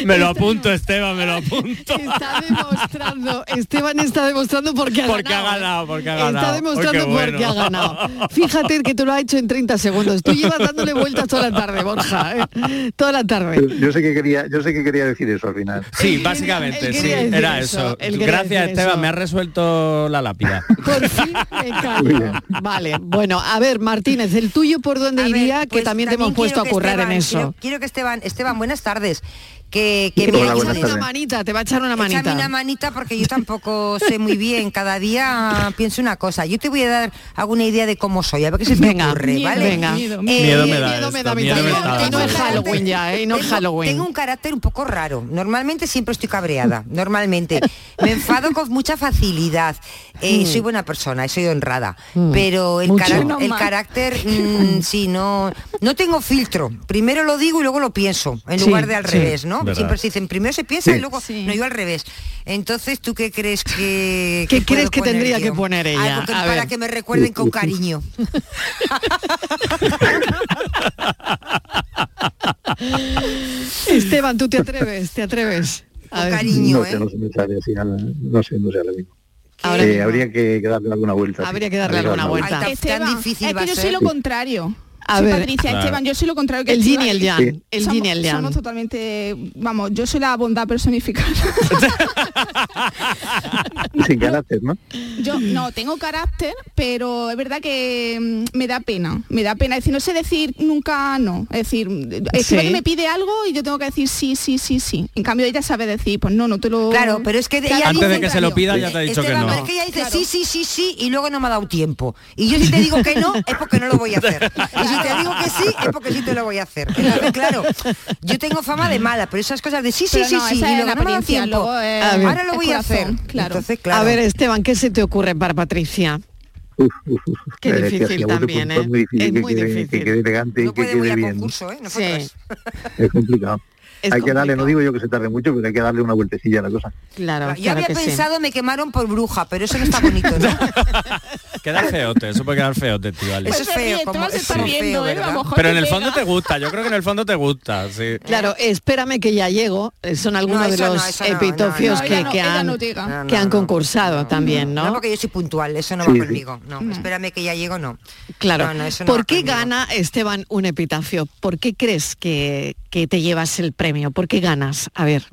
[SPEAKER 10] Me
[SPEAKER 18] este
[SPEAKER 10] lo apunto, Esteban, me lo apunto. [LAUGHS]
[SPEAKER 8] Está demostrando, Esteban está demostrando porque ha
[SPEAKER 10] Porque ha
[SPEAKER 8] ganado.
[SPEAKER 10] ganado, ¿eh? porque ha ganado.
[SPEAKER 8] Está
[SPEAKER 10] Ay,
[SPEAKER 8] demostrando
[SPEAKER 10] qué bueno.
[SPEAKER 8] porque
[SPEAKER 10] [LAUGHS]
[SPEAKER 8] ha ganado. Fíjate que tú lo has hecho en 30 segundos. Tú llevas dándole vueltas toda la tarde, Borja. ¿eh? Toda la tarde.
[SPEAKER 25] Yo, yo sé que quería, yo sé que quería decir eso al final.
[SPEAKER 10] Sí, básicamente,
[SPEAKER 8] Él
[SPEAKER 10] sí,
[SPEAKER 8] quería decir
[SPEAKER 10] era
[SPEAKER 8] eso,
[SPEAKER 10] eso.
[SPEAKER 8] él quería
[SPEAKER 10] Gracias,
[SPEAKER 8] decir
[SPEAKER 10] Esteban,
[SPEAKER 8] eso.
[SPEAKER 10] me has resuelto la lápida.
[SPEAKER 8] Por fin me
[SPEAKER 10] Muy
[SPEAKER 8] callo.
[SPEAKER 10] bien.
[SPEAKER 8] Vale, bueno, a ver, Martínez, el tuyo por dónde iría, que
[SPEAKER 13] Pues
[SPEAKER 8] también te hemos puesto a
[SPEAKER 13] quiero que
[SPEAKER 8] currar en
[SPEAKER 13] Esteban-
[SPEAKER 8] eso.
[SPEAKER 13] Quiero, quiero que Esteban, Esteban, buenas tardes. que, que me
[SPEAKER 8] Hola, buenas
[SPEAKER 13] ayudes.
[SPEAKER 8] tardes. Una manita, te va a echar una manita.
[SPEAKER 13] Échame una manita porque yo tampoco sé muy bien. Cada día pienso una cosa. Yo te voy a dar alguna idea de cómo soy, a ver qué se te ocurre,
[SPEAKER 8] miedo,
[SPEAKER 13] ¿vale?
[SPEAKER 8] venga.
[SPEAKER 13] Eh,
[SPEAKER 8] Miedo me da Miedo me esto, da, miedo miedo me da. Y no es Halloween ya, ¿eh? Y no es
[SPEAKER 13] Tengo-
[SPEAKER 8] Halloween.
[SPEAKER 13] Tengo un carácter un poco raro. Normalmente siempre estoy cabreada, normalmente. Me enfado con mucha facilidad. Eh,
[SPEAKER 26] Mm.
[SPEAKER 13] soy buena persona, soy honrada.
[SPEAKER 26] Mm.
[SPEAKER 13] Pero el,
[SPEAKER 26] Mucho.
[SPEAKER 13] cara-
[SPEAKER 26] Menos
[SPEAKER 13] el
[SPEAKER 26] mal.
[SPEAKER 8] [LAUGHS]
[SPEAKER 13] carácter, mm, sí, no, no tengo filtro. Primero lo digo y luego lo pienso, en
[SPEAKER 26] Sí,
[SPEAKER 13] lugar de al
[SPEAKER 26] sí.
[SPEAKER 13] revés, ¿no?
[SPEAKER 26] Verdad.
[SPEAKER 13] Siempre se dicen, primero se piensa
[SPEAKER 26] Sí.
[SPEAKER 13] y luego, no, yo al revés. Entonces, ¿tú qué crees que...
[SPEAKER 8] ¿Qué
[SPEAKER 13] puedo
[SPEAKER 8] crees que
[SPEAKER 13] poner
[SPEAKER 8] tendría
[SPEAKER 13] yo?
[SPEAKER 8] que poner ella?
[SPEAKER 13] Algo que-
[SPEAKER 8] A
[SPEAKER 13] para
[SPEAKER 8] ver.
[SPEAKER 13] que me recuerden
[SPEAKER 10] Uh,
[SPEAKER 13] con cariño.
[SPEAKER 8] [LAUGHS] Esteban, tú te atreves, te atreves. A ver.
[SPEAKER 25] no,
[SPEAKER 13] ¿eh?
[SPEAKER 25] sé, no, sé, no sale así, ahora, no sé, no sé ahora mismo.
[SPEAKER 8] Ahora
[SPEAKER 25] Eh,
[SPEAKER 8] mismo.
[SPEAKER 25] habría que que darle alguna vuelta. sí.
[SPEAKER 8] Habría que darle
[SPEAKER 25] Habría
[SPEAKER 8] alguna vuelta.
[SPEAKER 25] vuelta.
[SPEAKER 12] Esteban,
[SPEAKER 13] difícil
[SPEAKER 12] es
[SPEAKER 13] va a
[SPEAKER 12] que yo soy
[SPEAKER 13] ser.
[SPEAKER 12] lo contrario.
[SPEAKER 8] A
[SPEAKER 12] soy
[SPEAKER 8] ver.
[SPEAKER 12] Patricia
[SPEAKER 8] Claro.
[SPEAKER 12] Esteban, yo soy lo contrario que
[SPEAKER 8] El yin
[SPEAKER 12] Esteban.
[SPEAKER 8] y el yang, Sí. el
[SPEAKER 12] somos,
[SPEAKER 8] yin y el yang.
[SPEAKER 12] Somos totalmente, vamos, yo soy la bondad personificada.
[SPEAKER 25] Sin carácter, ¿no?
[SPEAKER 12] Yo no tengo carácter, pero es verdad que mm, me da pena, me da pena. Es decir, no sé decir nunca no. Es decir, Esteban
[SPEAKER 13] Sí.
[SPEAKER 12] me pide algo y yo tengo que decir sí, sí, sí, sí. En cambio ella sabe decir, pues no, no te lo.
[SPEAKER 13] Claro, pero es que ella
[SPEAKER 12] Claro,
[SPEAKER 13] dice-
[SPEAKER 10] Antes de que se lo pida ya te ha dicho que
[SPEAKER 13] Esteban,
[SPEAKER 10] no.
[SPEAKER 13] pero Es que ella dice sí, sí, sí, sí, y luego no me ha dado tiempo. Y yo si te digo que no, es porque no lo voy a hacer. Y si te digo que sí, es porque sí te lo voy a hacer. Entonces, claro, yo tengo fama de mala, pero esas cosas de sí, sí,
[SPEAKER 12] Pero
[SPEAKER 13] sí,
[SPEAKER 12] no,
[SPEAKER 13] sí,
[SPEAKER 12] esa
[SPEAKER 13] y
[SPEAKER 12] es
[SPEAKER 13] luego no me ha
[SPEAKER 12] la
[SPEAKER 13] dado
[SPEAKER 12] apariencia,
[SPEAKER 13] tiempo. Ah,
[SPEAKER 12] luego
[SPEAKER 8] eh,
[SPEAKER 12] es-
[SPEAKER 13] Ahora lo
[SPEAKER 12] es
[SPEAKER 13] voy a
[SPEAKER 12] corazón,
[SPEAKER 13] hacer.
[SPEAKER 12] claro.
[SPEAKER 13] Entonces, claro.
[SPEAKER 8] A ver, Esteban, ¿qué se te ocurre para Patricia? Qué
[SPEAKER 25] Eh, que
[SPEAKER 8] difícil
[SPEAKER 25] hacía bote
[SPEAKER 8] también,
[SPEAKER 25] punto,
[SPEAKER 8] ¿eh?
[SPEAKER 25] pues Es muy difícil,
[SPEAKER 8] Es
[SPEAKER 25] que,
[SPEAKER 8] muy
[SPEAKER 25] quede,
[SPEAKER 8] difícil.
[SPEAKER 25] que quede elegante y que quede bien.
[SPEAKER 8] Sí,
[SPEAKER 25] Es complicado.
[SPEAKER 8] Es
[SPEAKER 25] hay que darle, no digo yo que se tarde mucho, pero hay que darle una vueltecilla a la cosa.
[SPEAKER 8] claro,
[SPEAKER 13] yo
[SPEAKER 8] claro
[SPEAKER 13] había
[SPEAKER 8] que sí.
[SPEAKER 13] pensado me quemaron por bruja, pero eso no está bonito.
[SPEAKER 10] Queda feote, eso puede quedar feote, tío. Ali.
[SPEAKER 8] Pues
[SPEAKER 12] Pues
[SPEAKER 13] Eso es feo. como,
[SPEAKER 12] se
[SPEAKER 13] es
[SPEAKER 12] está
[SPEAKER 13] como
[SPEAKER 12] riendo,
[SPEAKER 13] feo,
[SPEAKER 12] ¿eh?
[SPEAKER 13] ¿verdad?
[SPEAKER 10] Pero en el fondo te gusta, yo creo que en el fondo te gusta, sí.
[SPEAKER 8] Claro, espérame que ya llego. Eh, Son algunos de
[SPEAKER 13] eso Eh. no,
[SPEAKER 8] los
[SPEAKER 13] eso no,
[SPEAKER 8] epitofios
[SPEAKER 13] no, no,
[SPEAKER 8] que,
[SPEAKER 13] ella no-
[SPEAKER 8] que
[SPEAKER 13] ella
[SPEAKER 8] han,
[SPEAKER 13] no llega. No, no,
[SPEAKER 8] que han concursado también, ¿no?
[SPEAKER 13] No, porque yo soy puntual, eso no
[SPEAKER 8] Sí,
[SPEAKER 13] va
[SPEAKER 8] sí.
[SPEAKER 13] conmigo. No, pues
[SPEAKER 12] Mm.
[SPEAKER 13] espérame que ya llego, no.
[SPEAKER 8] Claro.
[SPEAKER 13] No, no, eso no
[SPEAKER 8] ¿Por
[SPEAKER 13] va
[SPEAKER 8] qué
[SPEAKER 13] conmigo.
[SPEAKER 8] gana Esteban un epitafio? ¿Por qué crees que, que te llevas el premio? ¿Por qué ganas? A ver.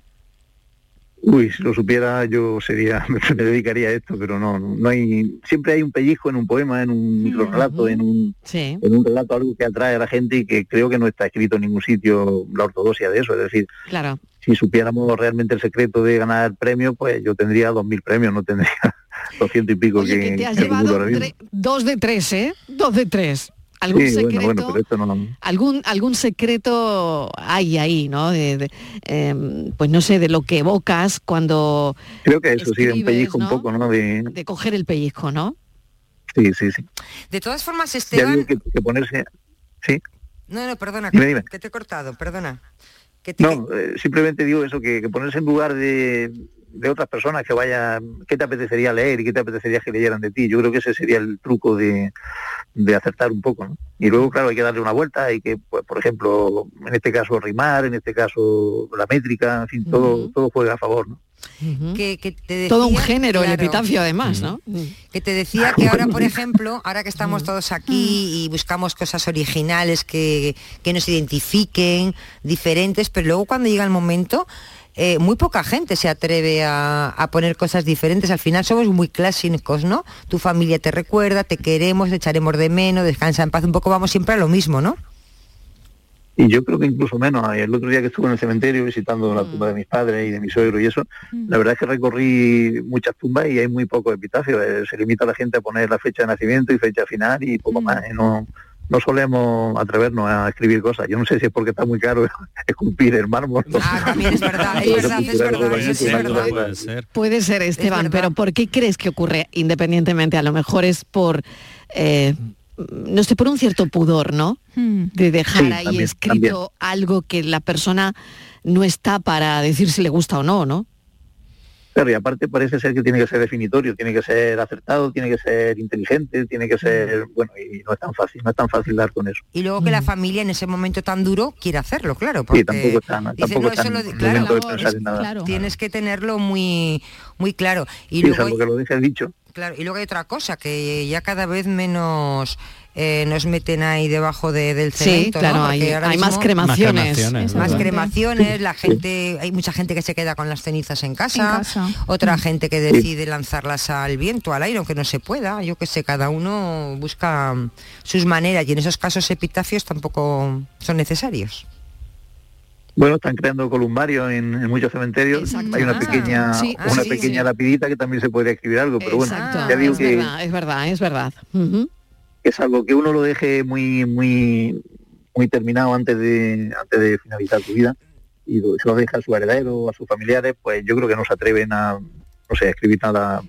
[SPEAKER 25] Uy, si lo supiera yo sería, [LAUGHS] me dedicaría a esto, pero no, no, no hay, siempre hay un pellizco en un poema, en un microrelato, en un,
[SPEAKER 8] Sí.
[SPEAKER 25] en un relato algo que atrae a la gente y que creo que no está escrito en ningún sitio la ortodoxia de eso, es decir,
[SPEAKER 8] Claro.
[SPEAKER 25] si supiéramos realmente el secreto de ganar premios, pues yo tendría dos mil premios, no tendría [LAUGHS] doscientos y pico que,
[SPEAKER 8] Que te has
[SPEAKER 25] que acumulo
[SPEAKER 8] llevado
[SPEAKER 25] ahora mismo.
[SPEAKER 8] tre- dos de tres, ¿eh? Dos de tres. ¿Algún
[SPEAKER 25] Sí,
[SPEAKER 8] secreto?
[SPEAKER 25] bueno, bueno, pero esto no,
[SPEAKER 8] Algún, algún secreto hay ahí, ¿no? De- de, em, pues no sé, de lo que evocas cuando
[SPEAKER 25] creo que eso sí, de un
[SPEAKER 8] Escribes,
[SPEAKER 25] pellizco
[SPEAKER 8] ¿no?
[SPEAKER 25] un poco, ¿no? De,
[SPEAKER 8] de coger el pellizco, ¿no?
[SPEAKER 25] sí, sí, sí.
[SPEAKER 13] De todas formas,
[SPEAKER 25] Ya
[SPEAKER 13] Esteban...
[SPEAKER 25] digo que, que ponerse, sí.
[SPEAKER 13] No, no, perdona,
[SPEAKER 25] Dime,
[SPEAKER 13] que-
[SPEAKER 25] dime.
[SPEAKER 13] que te he cortado, perdona.
[SPEAKER 25] No, eh, simplemente digo eso, que, que ponerse en lugar de, de otras personas que vayan, qué te apetecería leer y qué te apetecería que leyeran de ti. Yo creo que ese sería el truco de, de acertar un poco. ¿no? Y luego, claro, hay que darle una vuelta, hay que, pues, por ejemplo, en este caso rimar, en este caso la métrica, en fin, todo, todo juega a favor. ¿no?
[SPEAKER 13] que, que te decía,
[SPEAKER 8] Todo un género, el
[SPEAKER 13] claro, Mm.
[SPEAKER 8] epitafio además, ¿no? Mm.
[SPEAKER 13] Que te decía que
[SPEAKER 8] [LAUGHS]
[SPEAKER 13] ahora, por ejemplo, ahora que estamos todos aquí y buscamos cosas originales que, que nos identifiquen, diferentes, pero luego cuando llega el momento, eh, muy poca gente se atreve a, a poner cosas diferentes. Al final somos muy clásicos, ¿no? Tu familia te recuerda, te queremos, te echaremos de menos, descansa en paz, un poco vamos siempre a lo mismo, ¿no?
[SPEAKER 25] Y yo creo que incluso menos. El otro día que estuve en el cementerio visitando la tumba de mis padres y de mi suegro y eso, la verdad es que recorrí muchas tumbas y hay muy pocos epitafios. Eh, Se limita a la gente a poner la fecha de nacimiento y fecha final y poco más. eh. No, no solemos atrevernos a escribir cosas. Yo no sé si es porque está muy caro [LAUGHS] esculpir el mármol. Ah,
[SPEAKER 13] también es verdad,
[SPEAKER 10] es verdad, es verdad, Puede ser, no puede ser.
[SPEAKER 8] Puede ser, Esteban, pero ¿por qué crees que ocurre independientemente? A lo mejor es por, eh, no sé, por un cierto pudor, ¿no?
[SPEAKER 18] Hmm.
[SPEAKER 8] De dejar
[SPEAKER 26] Sí,
[SPEAKER 8] ahí
[SPEAKER 26] también,
[SPEAKER 8] escrito algo que la persona no está para decir si le gusta o no, ¿no?
[SPEAKER 25] Claro, y aparte parece ser que tiene que ser definitorio, tiene que ser acertado, tiene que ser inteligente, tiene que ser... Bueno, y no es tan fácil, no es tan fácil dar con eso.
[SPEAKER 13] Y luego que la
[SPEAKER 8] Mm.
[SPEAKER 13] familia en ese momento tan duro quiere hacerlo, claro. Porque
[SPEAKER 25] Sí, tampoco está,
[SPEAKER 13] dices,
[SPEAKER 25] tampoco
[SPEAKER 13] no,
[SPEAKER 25] está
[SPEAKER 13] eso lo
[SPEAKER 25] en
[SPEAKER 13] di-
[SPEAKER 25] el
[SPEAKER 13] claro,
[SPEAKER 25] momento de
[SPEAKER 13] no,
[SPEAKER 25] pensar
[SPEAKER 13] es-
[SPEAKER 25] en nada.
[SPEAKER 13] claro, tienes que tenerlo muy, muy claro. Y
[SPEAKER 25] Y
[SPEAKER 13] luego
[SPEAKER 25] salvo que lo dejes dicho.
[SPEAKER 13] Claro, y luego hay otra cosa, que ya cada vez menos eh, nos meten ahí debajo de- del
[SPEAKER 8] Sí,
[SPEAKER 13] cemento, ¿no?
[SPEAKER 8] claro,
[SPEAKER 13] Porque
[SPEAKER 8] hay-
[SPEAKER 13] ahora
[SPEAKER 8] hay más
[SPEAKER 13] mismo-
[SPEAKER 8] cremaciones. Más cremaciones,
[SPEAKER 13] Más
[SPEAKER 8] ¿verdad?
[SPEAKER 13] cremaciones, la gente, hay mucha gente que se queda con las cenizas en casa,
[SPEAKER 12] En casa.
[SPEAKER 13] otra gente que decide lanzarlas al viento, al aire, aunque no se pueda, yo que sé, cada uno busca mm, sus maneras y en esos casos epitafios tampoco son necesarios.
[SPEAKER 25] Bueno, están creando columbarios en, en muchos cementerios. Hay una pequeña,
[SPEAKER 8] Ah, Sí, ah,
[SPEAKER 25] una
[SPEAKER 8] sí,
[SPEAKER 25] pequeña lapidita que también se podría escribir algo, pero bueno,
[SPEAKER 8] Exacto,
[SPEAKER 25] ya digo
[SPEAKER 8] es
[SPEAKER 25] que
[SPEAKER 8] verdad, es verdad, es verdad. Ujú.
[SPEAKER 25] es algo que uno lo deje muy, muy, muy terminado antes de, antes de finalizar su vida y lo- se lo deja a su heredero o a sus familiares, pues yo creo que no se atreven a, no sé, a escribir nada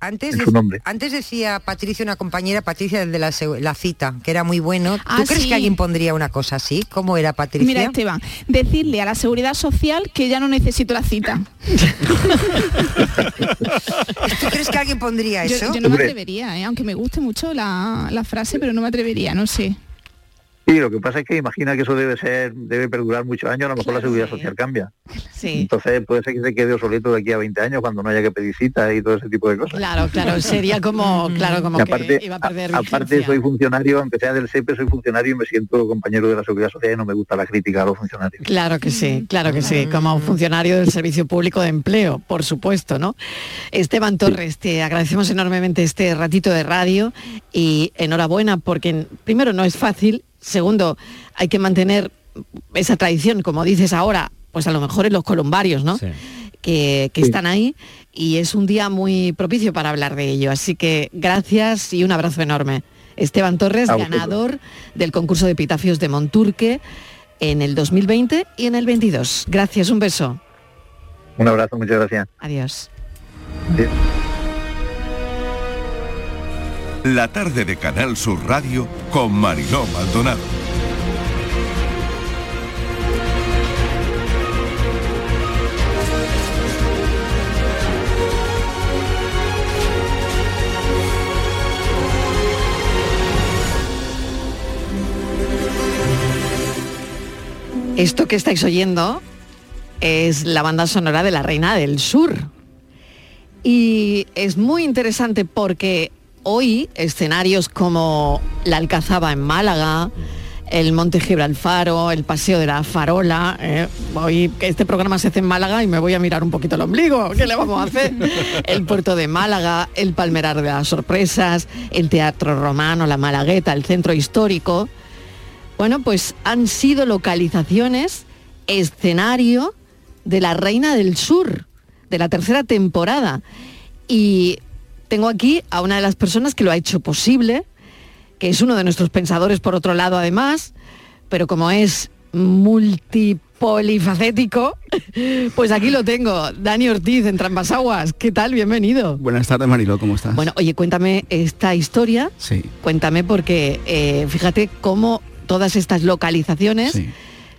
[SPEAKER 13] Antes,
[SPEAKER 25] en
[SPEAKER 13] de-
[SPEAKER 25] su nombre.
[SPEAKER 13] antes decía Patricia, una compañera, Patricia, el de la, seu- la cita, que era muy bueno. ¿Tú
[SPEAKER 12] Ah,
[SPEAKER 13] crees
[SPEAKER 12] sí.
[SPEAKER 13] que alguien pondría una cosa así? ¿Cómo era Patricia?
[SPEAKER 12] Mira, Esteban, decirle a la seguridad social que ya no necesito la cita.
[SPEAKER 13] [LAUGHS] ¿Tú crees que alguien pondría
[SPEAKER 12] Yo-
[SPEAKER 13] eso?
[SPEAKER 12] Yo, no me atrevería, eh, aunque me guste mucho la, la frase, pero no me atrevería, no sé.
[SPEAKER 25] Sí, lo que pasa es que imagina que eso debe ser, debe perdurar muchos años, a lo mejor la seguridad social cambia. Entonces puede ser que se quede obsoleto de aquí a 20 años cuando no haya que pedir citas y todo ese tipo de cosas.
[SPEAKER 8] Claro,
[SPEAKER 25] [LAUGHS]
[SPEAKER 8] claro, sería como, claro, como
[SPEAKER 25] Y aparte,
[SPEAKER 8] que iba a perder
[SPEAKER 25] a-
[SPEAKER 8] vigencia.
[SPEAKER 25] aparte soy funcionario, aunque sea del SEPE, soy funcionario y me siento compañero de la seguridad social y no me gusta la crítica a los funcionarios.
[SPEAKER 8] Claro que sí, claro que sí, como funcionario del Servicio Público de Empleo, por supuesto, ¿no? Esteban Torres, te agradecemos enormemente este ratito de radio y enhorabuena porque primero no es fácil, segundo hay que mantener esa tradición, como dices ahora, pues a lo mejor en los columbarios, ¿no? Que, que están ahí y es un día muy propicio para hablar de ello. Así que gracias y un abrazo enorme. Esteban Torres,
[SPEAKER 26] A vosotros.
[SPEAKER 8] ganador del concurso de epitafios de Monturque en el 2020 y en el 22. Gracias, un beso.
[SPEAKER 25] Un abrazo, muchas gracias.
[SPEAKER 8] Adiós.
[SPEAKER 7] La tarde de Canal Sur Radio con Mariló Maldonado.
[SPEAKER 8] Esto que estáis oyendo es la banda sonora de La Reina del Sur. Y es muy interesante porque hoy escenarios como la Alcazaba en Málaga, el Monte Gibralfaro, el Paseo de la Farola, eh, hoy este programa se hace en Málaga y me voy a mirar un poquito el ombligo, ¿qué le vamos a hacer? [LAUGHS] El puerto de Málaga, el Palmerar de las Sorpresas, el Teatro Romano, la Malagueta, el Centro Histórico, bueno, pues han sido localizaciones, escenario de La Reina del Sur, de la tercera temporada. Y tengo aquí a una de las personas que lo ha hecho posible, que es uno de nuestros pensadores por otro lado además, pero como es multipolifacético, [LAUGHS] pues aquí lo tengo, Dani Ortiz en Trampas Aguas. ¿Qué tal? Bienvenido.
[SPEAKER 27] Buenas tardes, Mariló, ¿cómo estás?
[SPEAKER 8] Bueno, oye, cuéntame esta historia.
[SPEAKER 27] Sí.
[SPEAKER 8] Cuéntame porque eh, fíjate cómo todas estas localizaciones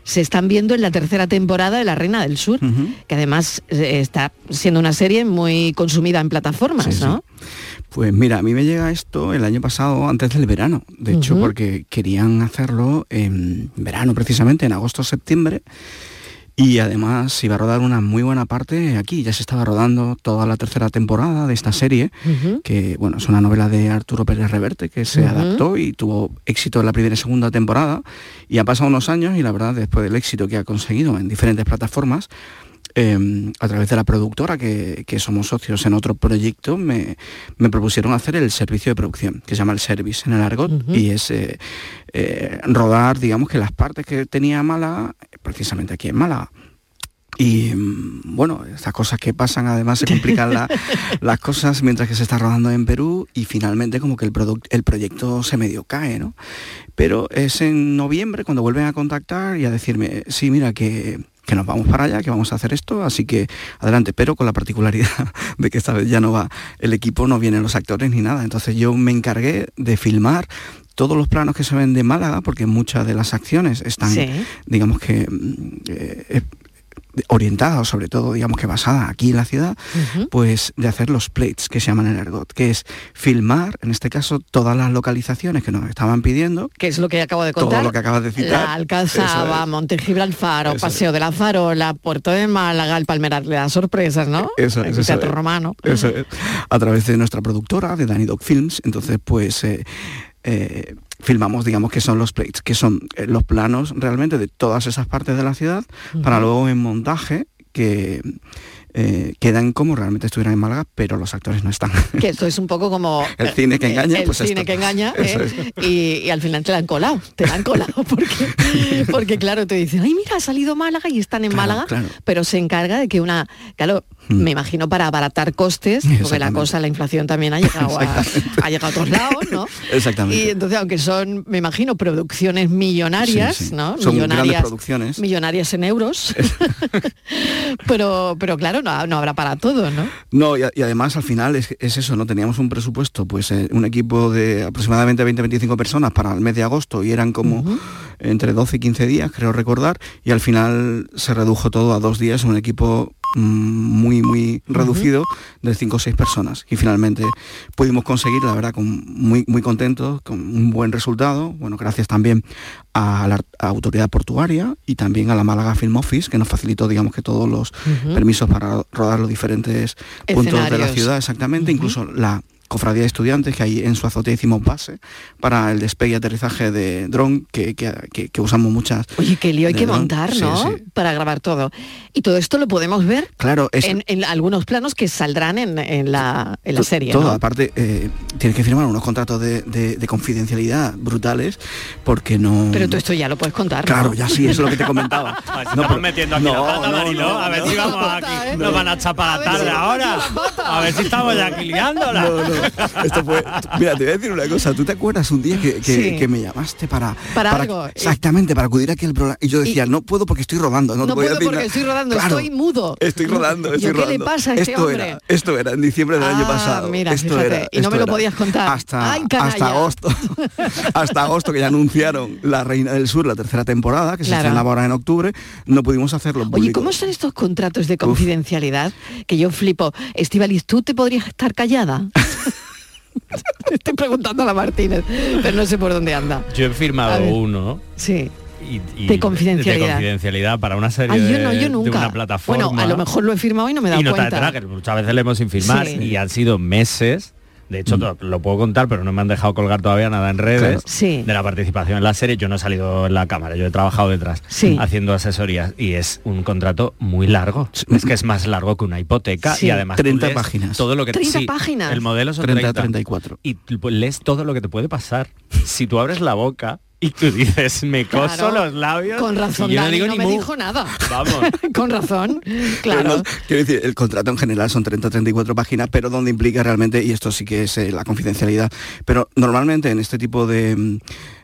[SPEAKER 8] se están viendo en la tercera temporada de La Reina del Sur, que además eh, está siendo una serie muy consumida en plataformas, ¿no?
[SPEAKER 27] Pues mira, a mí me llega esto el año pasado, antes del verano, de hecho,
[SPEAKER 8] Ujú.
[SPEAKER 27] porque querían hacerlo en verano precisamente, en agosto-septiembre, y además se iba a rodar una muy buena parte aquí, ya se estaba rodando toda la tercera temporada de esta serie, que bueno, es una novela de Arturo Pérez Reverte que se
[SPEAKER 4] Ujú.
[SPEAKER 27] adaptó y tuvo éxito en la primera y segunda temporada y ha pasado unos años y la verdad después del éxito que ha conseguido en diferentes plataformas eh, a través de la productora que, que somos socios en otro proyecto me, me propusieron hacer el servicio de producción que se llama el service en el argot y es eh, eh, rodar digamos que las partes que tenía Málaga precisamente aquí en Málaga y mm, bueno, estas cosas que pasan además se complican la- las cosas mientras que se está rodando en Perú y finalmente como que el, product- el proyecto se medio cae, ¿no? Pero es en noviembre cuando vuelven a contactar y a decirme, sí, mira, que, que nos vamos para allá, que vamos a hacer esto, así que adelante, pero con la particularidad [LAUGHS] de que esta vez ya no va el equipo, no vienen los actores ni nada. Entonces yo me encargué de filmar todos los planos que se ven de Málaga, porque muchas de las acciones están,
[SPEAKER 5] Sí.
[SPEAKER 27] digamos que... mm, eh, eh, orientada o sobre todo digamos que basada aquí en la ciudad pues de hacer los plates que se llaman en argot que es filmar en este caso todas las localizaciones que nos estaban pidiendo
[SPEAKER 8] Que es lo que acabo de contar.
[SPEAKER 27] todo lo que acabas de citar
[SPEAKER 8] La Alcazaba, Monte Gibralfaro, Paseo de la Farola, Puerto de Málaga, el Palmerar de las Sorpresas, ¿no?
[SPEAKER 27] Eh, Eso
[SPEAKER 8] el
[SPEAKER 27] es, eso
[SPEAKER 8] Teatro
[SPEAKER 27] es.
[SPEAKER 8] Romano.
[SPEAKER 27] Eso es. A través de nuestra productora, de Danny Dog Films. Entonces, pues eh, eh, filmamos, digamos, que son los plates, que son eh, los planos realmente de todas esas partes de la ciudad, para luego en montaje que eh, quedan como realmente estuvieran en Málaga, pero los actores no están.
[SPEAKER 8] Que esto es un poco como...
[SPEAKER 27] [LAUGHS] El cine que engaña,
[SPEAKER 8] El
[SPEAKER 27] pues
[SPEAKER 8] cine
[SPEAKER 27] esto.
[SPEAKER 8] que engaña,
[SPEAKER 27] Eso
[SPEAKER 8] ¿eh? y, y al final te la han colado, te la han colado, [LAUGHS] porque, porque claro, te dicen, ay, mira, ha salido Málaga y están en Málaga,
[SPEAKER 27] claro. Hmm.
[SPEAKER 8] pero se encarga de que una... Claro, me imagino para abaratar costes, porque la
[SPEAKER 27] Exactamente.
[SPEAKER 8] cosa, la inflación también ha llegado
[SPEAKER 27] [LAUGHS]
[SPEAKER 8] a, Ah, ha llegado a todos lados, ¿no?
[SPEAKER 27] Exactamente.
[SPEAKER 8] Y entonces, aunque son, me imagino, producciones millonarias,
[SPEAKER 27] Sí, sí.
[SPEAKER 8] ¿no?
[SPEAKER 27] Son grandes
[SPEAKER 8] millonarias,
[SPEAKER 27] producciones.
[SPEAKER 8] Millonarias en
[SPEAKER 27] [LAUGHS]
[SPEAKER 8] euros. pero, pero claro, no, no habrá para todo, ¿no?
[SPEAKER 27] No, y, a- y además al final es, es eso, ¿no? Teníamos un presupuesto, pues eh, un equipo de aproximadamente 20-25 personas para el mes de agosto y eran como entre 12 y 15 días, creo recordar, y al final se redujo todo a dos días, un equipo mm, muy, muy reducido de 5 o 6 personas. Y finalmente pudimos conseguir, la verdad, con muy, muy contentos, con un buen resultado. Bueno, gracias también a la a autoridad portuaria y también a la Málaga Film Office, que nos facilitó, digamos, que todos los
[SPEAKER 26] Ujú.
[SPEAKER 27] permisos para rodar los diferentes puntos de la
[SPEAKER 26] Escenarios.
[SPEAKER 27] ciudad, exactamente, incluso la cofradía de estudiantes que ahí en su azotea hicimos base para el despegue y aterrizaje de dron que, que- que- que usamos muchas.
[SPEAKER 8] Oye, qué lío hay
[SPEAKER 27] de
[SPEAKER 8] que
[SPEAKER 27] dron.
[SPEAKER 8] montar,
[SPEAKER 27] Sí,
[SPEAKER 8] ¿no?
[SPEAKER 27] sí.
[SPEAKER 8] Para grabar todo. Y todo esto lo podemos ver
[SPEAKER 27] Claro, es
[SPEAKER 8] en, en algunos planos que saldrán en, en la, en la
[SPEAKER 27] to-
[SPEAKER 8] serie.
[SPEAKER 27] todo,
[SPEAKER 8] ¿no?
[SPEAKER 27] aparte eh, tienes que firmar unos contratos de, de- de confidencialidad brutales porque no...
[SPEAKER 8] Pero tú esto ya lo puedes contar. ¿no?
[SPEAKER 27] Claro, ya sí, eso es lo que
[SPEAKER 8] [LAUGHS]
[SPEAKER 27] te comentaba.
[SPEAKER 4] Pues Estamos metiendo aquí la pata, Mariló. a ver si vamos aquí.
[SPEAKER 8] ¿eh?
[SPEAKER 4] Nos van a chapar la tarde ahora. A ver si estamos ya aquí liándola.
[SPEAKER 27] No, no. Esto fue- Mira, te voy a decir una cosa. ¿Tú te acuerdas un día que, que-
[SPEAKER 8] Sí.
[SPEAKER 27] que me llamaste para...
[SPEAKER 8] Para algo.
[SPEAKER 27] Exactamente, para acudir aquí al programa. Y yo decía, no puedo porque estoy rodando.
[SPEAKER 8] No
[SPEAKER 27] No, te voy a
[SPEAKER 8] puedo
[SPEAKER 27] decir
[SPEAKER 8] porque
[SPEAKER 27] nada".
[SPEAKER 8] estoy rodando,
[SPEAKER 27] Claro,
[SPEAKER 8] estoy [LAUGHS] mudo.
[SPEAKER 27] Estoy rodando,
[SPEAKER 8] ¿Yo
[SPEAKER 27] estoy rodando.
[SPEAKER 8] ¿Qué le pasa a este
[SPEAKER 27] esto
[SPEAKER 8] hombre?
[SPEAKER 27] Era, esto era en diciembre del año
[SPEAKER 8] Ah,
[SPEAKER 27] pasado.
[SPEAKER 8] mira,
[SPEAKER 27] esto
[SPEAKER 8] fíjate,
[SPEAKER 27] era,
[SPEAKER 8] y no
[SPEAKER 27] esto
[SPEAKER 8] me lo
[SPEAKER 27] era.
[SPEAKER 8] podías contar.
[SPEAKER 27] Hasta,
[SPEAKER 8] Ay, canalla.
[SPEAKER 27] hasta agosto. hasta agosto que ya anunciaron La Reina del Sur, la tercera temporada, que
[SPEAKER 8] Claro.
[SPEAKER 27] se estrenaba ahora en octubre. No pudimos hacerlo.
[SPEAKER 8] Oye,
[SPEAKER 27] público.
[SPEAKER 8] ¿cómo son estos contratos de confidencialidad? Que yo flipo. Estivaliz, ¿tú te podrías
[SPEAKER 10] [LAUGHS]
[SPEAKER 8] estar callada? Estoy preguntando a la Martínez, pero no sé por dónde anda.
[SPEAKER 10] Yo he
[SPEAKER 8] A
[SPEAKER 10] firmado
[SPEAKER 8] ver.
[SPEAKER 10] uno.
[SPEAKER 8] Sí.
[SPEAKER 10] y- y-
[SPEAKER 8] De confidencialidad.
[SPEAKER 10] de confidencialidad para una serie
[SPEAKER 8] Ay, yo
[SPEAKER 10] de-
[SPEAKER 8] no, yo
[SPEAKER 10] de
[SPEAKER 8] nunca.
[SPEAKER 10] una plataforma.
[SPEAKER 8] Bueno, a lo mejor lo he firmado y no me he dado
[SPEAKER 10] y no
[SPEAKER 8] cuenta.
[SPEAKER 10] te atraca, que muchas veces le hemos sin firmar
[SPEAKER 8] Sí. Mm.
[SPEAKER 10] y han sido meses. De hecho, to- lo puedo contar, pero no me han dejado colgar todavía nada en redes
[SPEAKER 8] Claro. Sí.
[SPEAKER 10] de la participación en la serie. Yo no he salido en la cámara, yo he trabajado detrás
[SPEAKER 8] Sí.
[SPEAKER 10] haciendo asesorías y es un contrato muy largo. Es que es más largo que una hipoteca
[SPEAKER 8] Sí.
[SPEAKER 10] y además tú
[SPEAKER 27] 30
[SPEAKER 10] lees
[SPEAKER 27] páginas.
[SPEAKER 10] Todo lo que
[SPEAKER 8] 30 páginas.
[SPEAKER 10] El modelo son
[SPEAKER 27] 30,
[SPEAKER 10] 30,
[SPEAKER 27] 34.
[SPEAKER 10] Y tú, pues, lees todo lo que te puede pasar. si tú abres la boca y tú dices, me coso
[SPEAKER 8] Claro.
[SPEAKER 10] los labios.
[SPEAKER 8] Con razón,
[SPEAKER 10] y yo no
[SPEAKER 8] Dani
[SPEAKER 10] digo
[SPEAKER 8] no
[SPEAKER 10] ni
[SPEAKER 8] me
[SPEAKER 10] mu.
[SPEAKER 8] dijo nada.
[SPEAKER 10] Vamos.
[SPEAKER 8] [LAUGHS] Con razón, claro.
[SPEAKER 27] Pero no, quiero decir, el contrato en general son 30-34 páginas, pero donde implica realmente, y esto sí que es eh, la confidencialidad, pero normalmente en este tipo de... mm,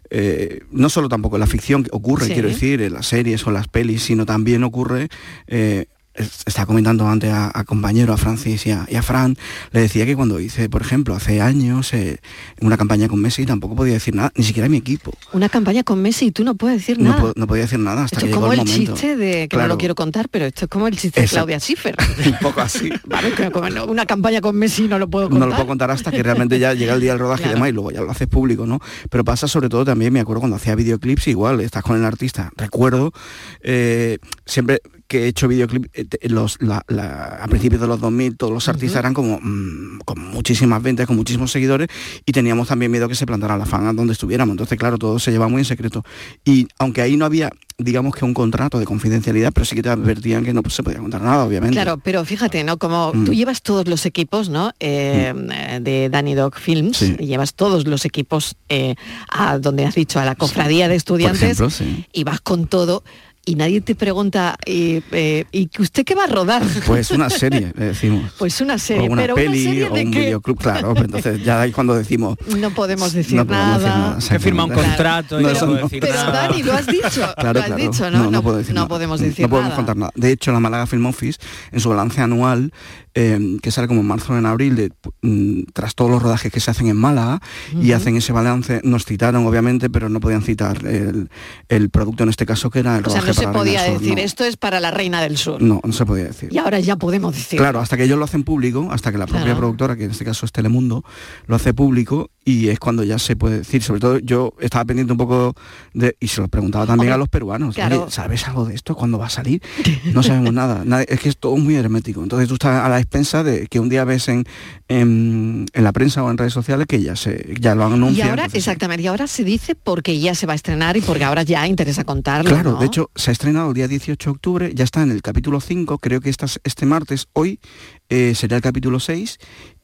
[SPEAKER 27] eh, no solo tampoco en la ficción que ocurre,
[SPEAKER 10] Sí.
[SPEAKER 27] quiero decir, en las series o las pelis, sino también ocurre... eh, es- estaba comentando antes a, a compañero, a Francis y a, y a Fran, le decía que cuando hice, por ejemplo, hace años eh, una campaña con Messi, tampoco podía decir nada, ni siquiera mi equipo.
[SPEAKER 8] Una campaña con Messi y tú no puedes decir
[SPEAKER 27] No,
[SPEAKER 8] nada.
[SPEAKER 27] po- no podía decir nada hasta
[SPEAKER 8] esto es
[SPEAKER 27] que llegó
[SPEAKER 8] como
[SPEAKER 27] el
[SPEAKER 8] el,
[SPEAKER 27] momento.
[SPEAKER 8] chiste de, que no lo
[SPEAKER 27] Claro.
[SPEAKER 8] quiero contar, pero esto es como el chiste de
[SPEAKER 27] Exacto.
[SPEAKER 8] Claudia Schiffer.
[SPEAKER 27] [LAUGHS] Un poco así.
[SPEAKER 8] [LAUGHS] Vale, que como no- una campaña con Messi no lo puedo
[SPEAKER 27] no
[SPEAKER 8] contar.
[SPEAKER 27] lo puedo contar hasta que realmente ya llega el día del rodaje y
[SPEAKER 8] Claro.
[SPEAKER 27] demás y luego ya lo haces público, ¿no? Pero pasa sobre todo también, me acuerdo cuando hacía videoclips, igual, estás con el artista. Recuerdo eh, siempre que he hecho videoclips, los, la- la- a principios de los 2000 todos los artistas eran como mm, con muchísimas ventas, con muchísimos seguidores y teníamos también miedo que se plantara la fan a donde estuviéramos. Entonces, claro, todo se llevaba muy en secreto. Y aunque ahí no había digamos que un contrato de confidencialidad, pero sí que te advertían que no se podía contar nada, obviamente.
[SPEAKER 8] Claro, pero fíjate, ¿no? Como
[SPEAKER 27] Mm.
[SPEAKER 8] tú llevas todos los equipos, ¿no? Eh, eh, De Danny Dog Films,
[SPEAKER 27] Sí.
[SPEAKER 8] y llevas todos los equipos eh, a donde has dicho, a la cofradía de estudiantes,
[SPEAKER 27] ejemplo, sí.
[SPEAKER 8] y vas con todo. Y nadie te pregunta, ¿y, eh, ¿y usted qué va a rodar?
[SPEAKER 27] Pues una serie, le decimos.
[SPEAKER 8] Pues una serie,
[SPEAKER 27] o una
[SPEAKER 8] pero
[SPEAKER 27] peli
[SPEAKER 8] una serie
[SPEAKER 27] o
[SPEAKER 8] de
[SPEAKER 27] un
[SPEAKER 8] qué?
[SPEAKER 27] videoclub, claro, pero entonces ya ahí cuando decimos
[SPEAKER 8] [LAUGHS] No podemos decir
[SPEAKER 27] no podemos
[SPEAKER 8] nada.
[SPEAKER 27] decir nada.
[SPEAKER 10] Que firma un
[SPEAKER 27] Claro.
[SPEAKER 10] contrato y
[SPEAKER 27] No,
[SPEAKER 10] no
[SPEAKER 27] eso
[SPEAKER 10] puedo
[SPEAKER 27] no.
[SPEAKER 10] decir
[SPEAKER 8] Pero
[SPEAKER 10] nada.
[SPEAKER 8] Dani, lo has dicho,
[SPEAKER 27] Claro,
[SPEAKER 8] lo has
[SPEAKER 27] claro.
[SPEAKER 8] dicho, ¿no?
[SPEAKER 27] No, no puedo decir
[SPEAKER 8] no
[SPEAKER 27] nada.
[SPEAKER 8] podemos decir
[SPEAKER 27] no podemos
[SPEAKER 8] nada.
[SPEAKER 27] contar nada. De hecho, la Málaga Film Office, en su balance anual, eh, que sale como en marzo o en abril, de, mm, tras todos los rodajes que se hacen en Málaga, y
[SPEAKER 5] Ujú.
[SPEAKER 27] hacen ese balance, nos citaron, obviamente, pero no podían citar el, el producto en este caso, que era el
[SPEAKER 8] O sea,
[SPEAKER 27] rodaje
[SPEAKER 8] no se
[SPEAKER 27] para Arena
[SPEAKER 8] podía
[SPEAKER 27] del Sur,
[SPEAKER 8] decir,
[SPEAKER 27] no.
[SPEAKER 8] esto es para la Reina del Sur.
[SPEAKER 27] No, no se podía decir.
[SPEAKER 8] Y ahora ya podemos decir.
[SPEAKER 27] Claro, hasta que ellos lo hacen público, hasta que la propia
[SPEAKER 8] Claro.
[SPEAKER 27] productora, que en este caso es Telemundo, lo hace público y es cuando ya se puede decir. Sobre todo yo estaba pendiente un poco de. Y se lo preguntaba también
[SPEAKER 8] Hombre,
[SPEAKER 27] a los peruanos.
[SPEAKER 8] claro.
[SPEAKER 27] "Oye, ¿sabes algo de esto? ¿Cuándo va
[SPEAKER 8] [LAUGHS]
[SPEAKER 27] a salir? No sabemos nada. Nadie- es que es todo muy hermético. Entonces tú estás a la expensa de que un día ves en, en, en la prensa o en redes sociales que ya se ya lo han
[SPEAKER 8] Y
[SPEAKER 27] anunciado.
[SPEAKER 8] ahora,
[SPEAKER 27] entonces-
[SPEAKER 8] exactamente, y ahora se dice porque ya se va a estrenar y porque ahora ya interesa contarlo.
[SPEAKER 27] Claro,
[SPEAKER 8] ¿no?
[SPEAKER 27] de hecho, se se ha estrenado el día 18 de octubre, ya está en el capítulo 5, creo que estas- este martes, hoy, eh, será el capítulo 6,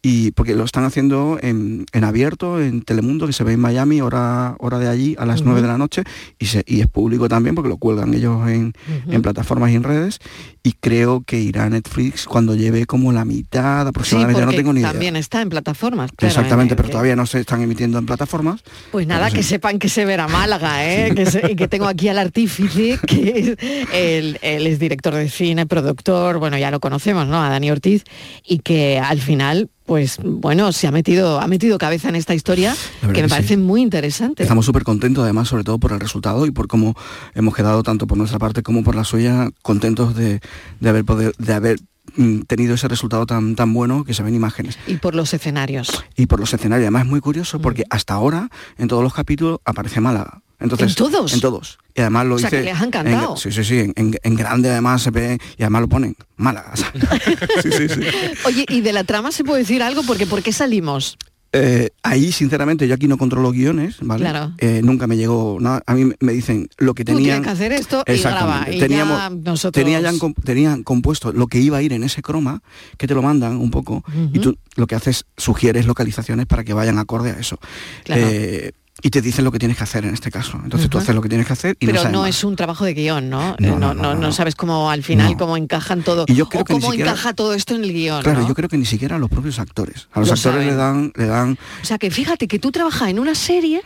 [SPEAKER 27] y porque lo están haciendo en, en abierto, en Telemundo, que se ve en Miami, hora, hora de allí, a las
[SPEAKER 26] Ujú.
[SPEAKER 27] 9 de la noche, y, se- y es público también porque lo cuelgan ellos en, en plataformas y en redes, y creo que irá a Netflix cuando lleve como la mitad
[SPEAKER 8] Sí,
[SPEAKER 27] aproximadamente, yo no
[SPEAKER 8] porque
[SPEAKER 27] tengo ni idea.
[SPEAKER 8] también está en plataformas. claro,
[SPEAKER 27] Exactamente, pero
[SPEAKER 8] evidentemente.
[SPEAKER 27] todavía no se están emitiendo en plataformas.
[SPEAKER 8] Pues nada, que sepan que se verá
[SPEAKER 27] [LAUGHS]
[SPEAKER 8] Málaga, ¿eh? que, se- y que tengo aquí al artífice, [LAUGHS] que es, él, él es director de cine, productor, bueno, ya lo conocemos, ¿no? A Dani Ortiz, y que al final, pues bueno, se ha metido, ha metido cabeza en esta historia,
[SPEAKER 27] La verdad
[SPEAKER 8] que me
[SPEAKER 27] que sí.
[SPEAKER 8] parece muy interesante.
[SPEAKER 27] Estamos súper contentos además, sobre todo por el resultado y por cómo hemos quedado tanto por nuestra parte como por la suya, contentos de, de haber poder, de haber mm, tenido ese resultado tan, tan bueno que se ven imágenes.
[SPEAKER 8] Y por los escenarios.
[SPEAKER 27] Y por los escenarios, además es muy curioso
[SPEAKER 8] Mm.
[SPEAKER 27] porque hasta ahora en todos los capítulos aparece Málaga. Entonces,
[SPEAKER 8] ¿En todos?
[SPEAKER 27] En todos. Y además lo
[SPEAKER 8] O sea, que
[SPEAKER 27] hice
[SPEAKER 8] les ha
[SPEAKER 27] en-
[SPEAKER 8] encantado.
[SPEAKER 27] sí, sí, sí. En, en- en grande además se ve y además lo ponen Málaga. ¿sabes? [LAUGHS] sí, sí, sí.
[SPEAKER 8] Oye, ¿y de la trama se puede decir algo? Porque ¿por qué salimos?
[SPEAKER 27] Eh, ahí, sinceramente, yo aquí no controlo guiones, ¿vale?
[SPEAKER 8] Claro.
[SPEAKER 27] Eh, nunca me llegó nada. A mí me dicen lo que
[SPEAKER 8] Tú
[SPEAKER 27] tenían...
[SPEAKER 8] tienes que hacer esto y graba.
[SPEAKER 27] Exactamente.
[SPEAKER 8] Y
[SPEAKER 27] Teníamos-
[SPEAKER 8] ya nosotros...
[SPEAKER 27] tenían, ya en com- tenían compuesto lo que iba a ir en ese croma, que te lo mandan un poco, y tú lo que haces, sugieres localizaciones para que vayan acorde a eso.
[SPEAKER 8] Claro.
[SPEAKER 27] Eh, y te dicen lo que tienes que hacer en este caso. Entonces tú
[SPEAKER 8] Ajá.
[SPEAKER 27] haces lo que tienes que hacer y
[SPEAKER 8] pero no,
[SPEAKER 27] no sabes más.
[SPEAKER 8] es un trabajo de guión, ¿no? Eh, No, no, no sabes cómo al final cómo encajan todo.
[SPEAKER 27] Y yo creo
[SPEAKER 8] o
[SPEAKER 27] que ni
[SPEAKER 8] cómo
[SPEAKER 27] siquiera-
[SPEAKER 8] encaja todo esto en el guión.
[SPEAKER 27] Claro,
[SPEAKER 8] ¿no?
[SPEAKER 27] yo creo que ni siquiera a los propios actores. A los
[SPEAKER 8] Lo
[SPEAKER 27] actores le
[SPEAKER 8] saben.
[SPEAKER 27] dan, le dan
[SPEAKER 8] O sea que fíjate que tú trabajas en una serie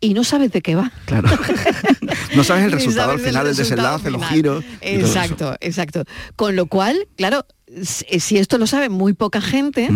[SPEAKER 8] y no sabes de qué va. [LAUGHS]
[SPEAKER 27] Claro. no sabes el
[SPEAKER 8] Ni
[SPEAKER 27] resultado
[SPEAKER 8] sabes
[SPEAKER 27] al final, el,
[SPEAKER 8] resultado
[SPEAKER 27] desenlace, los
[SPEAKER 8] final.
[SPEAKER 27] giros. y todo eso.
[SPEAKER 8] Exacto, exacto. Con lo cual, claro, eh, si si esto lo sabe muy poca gente,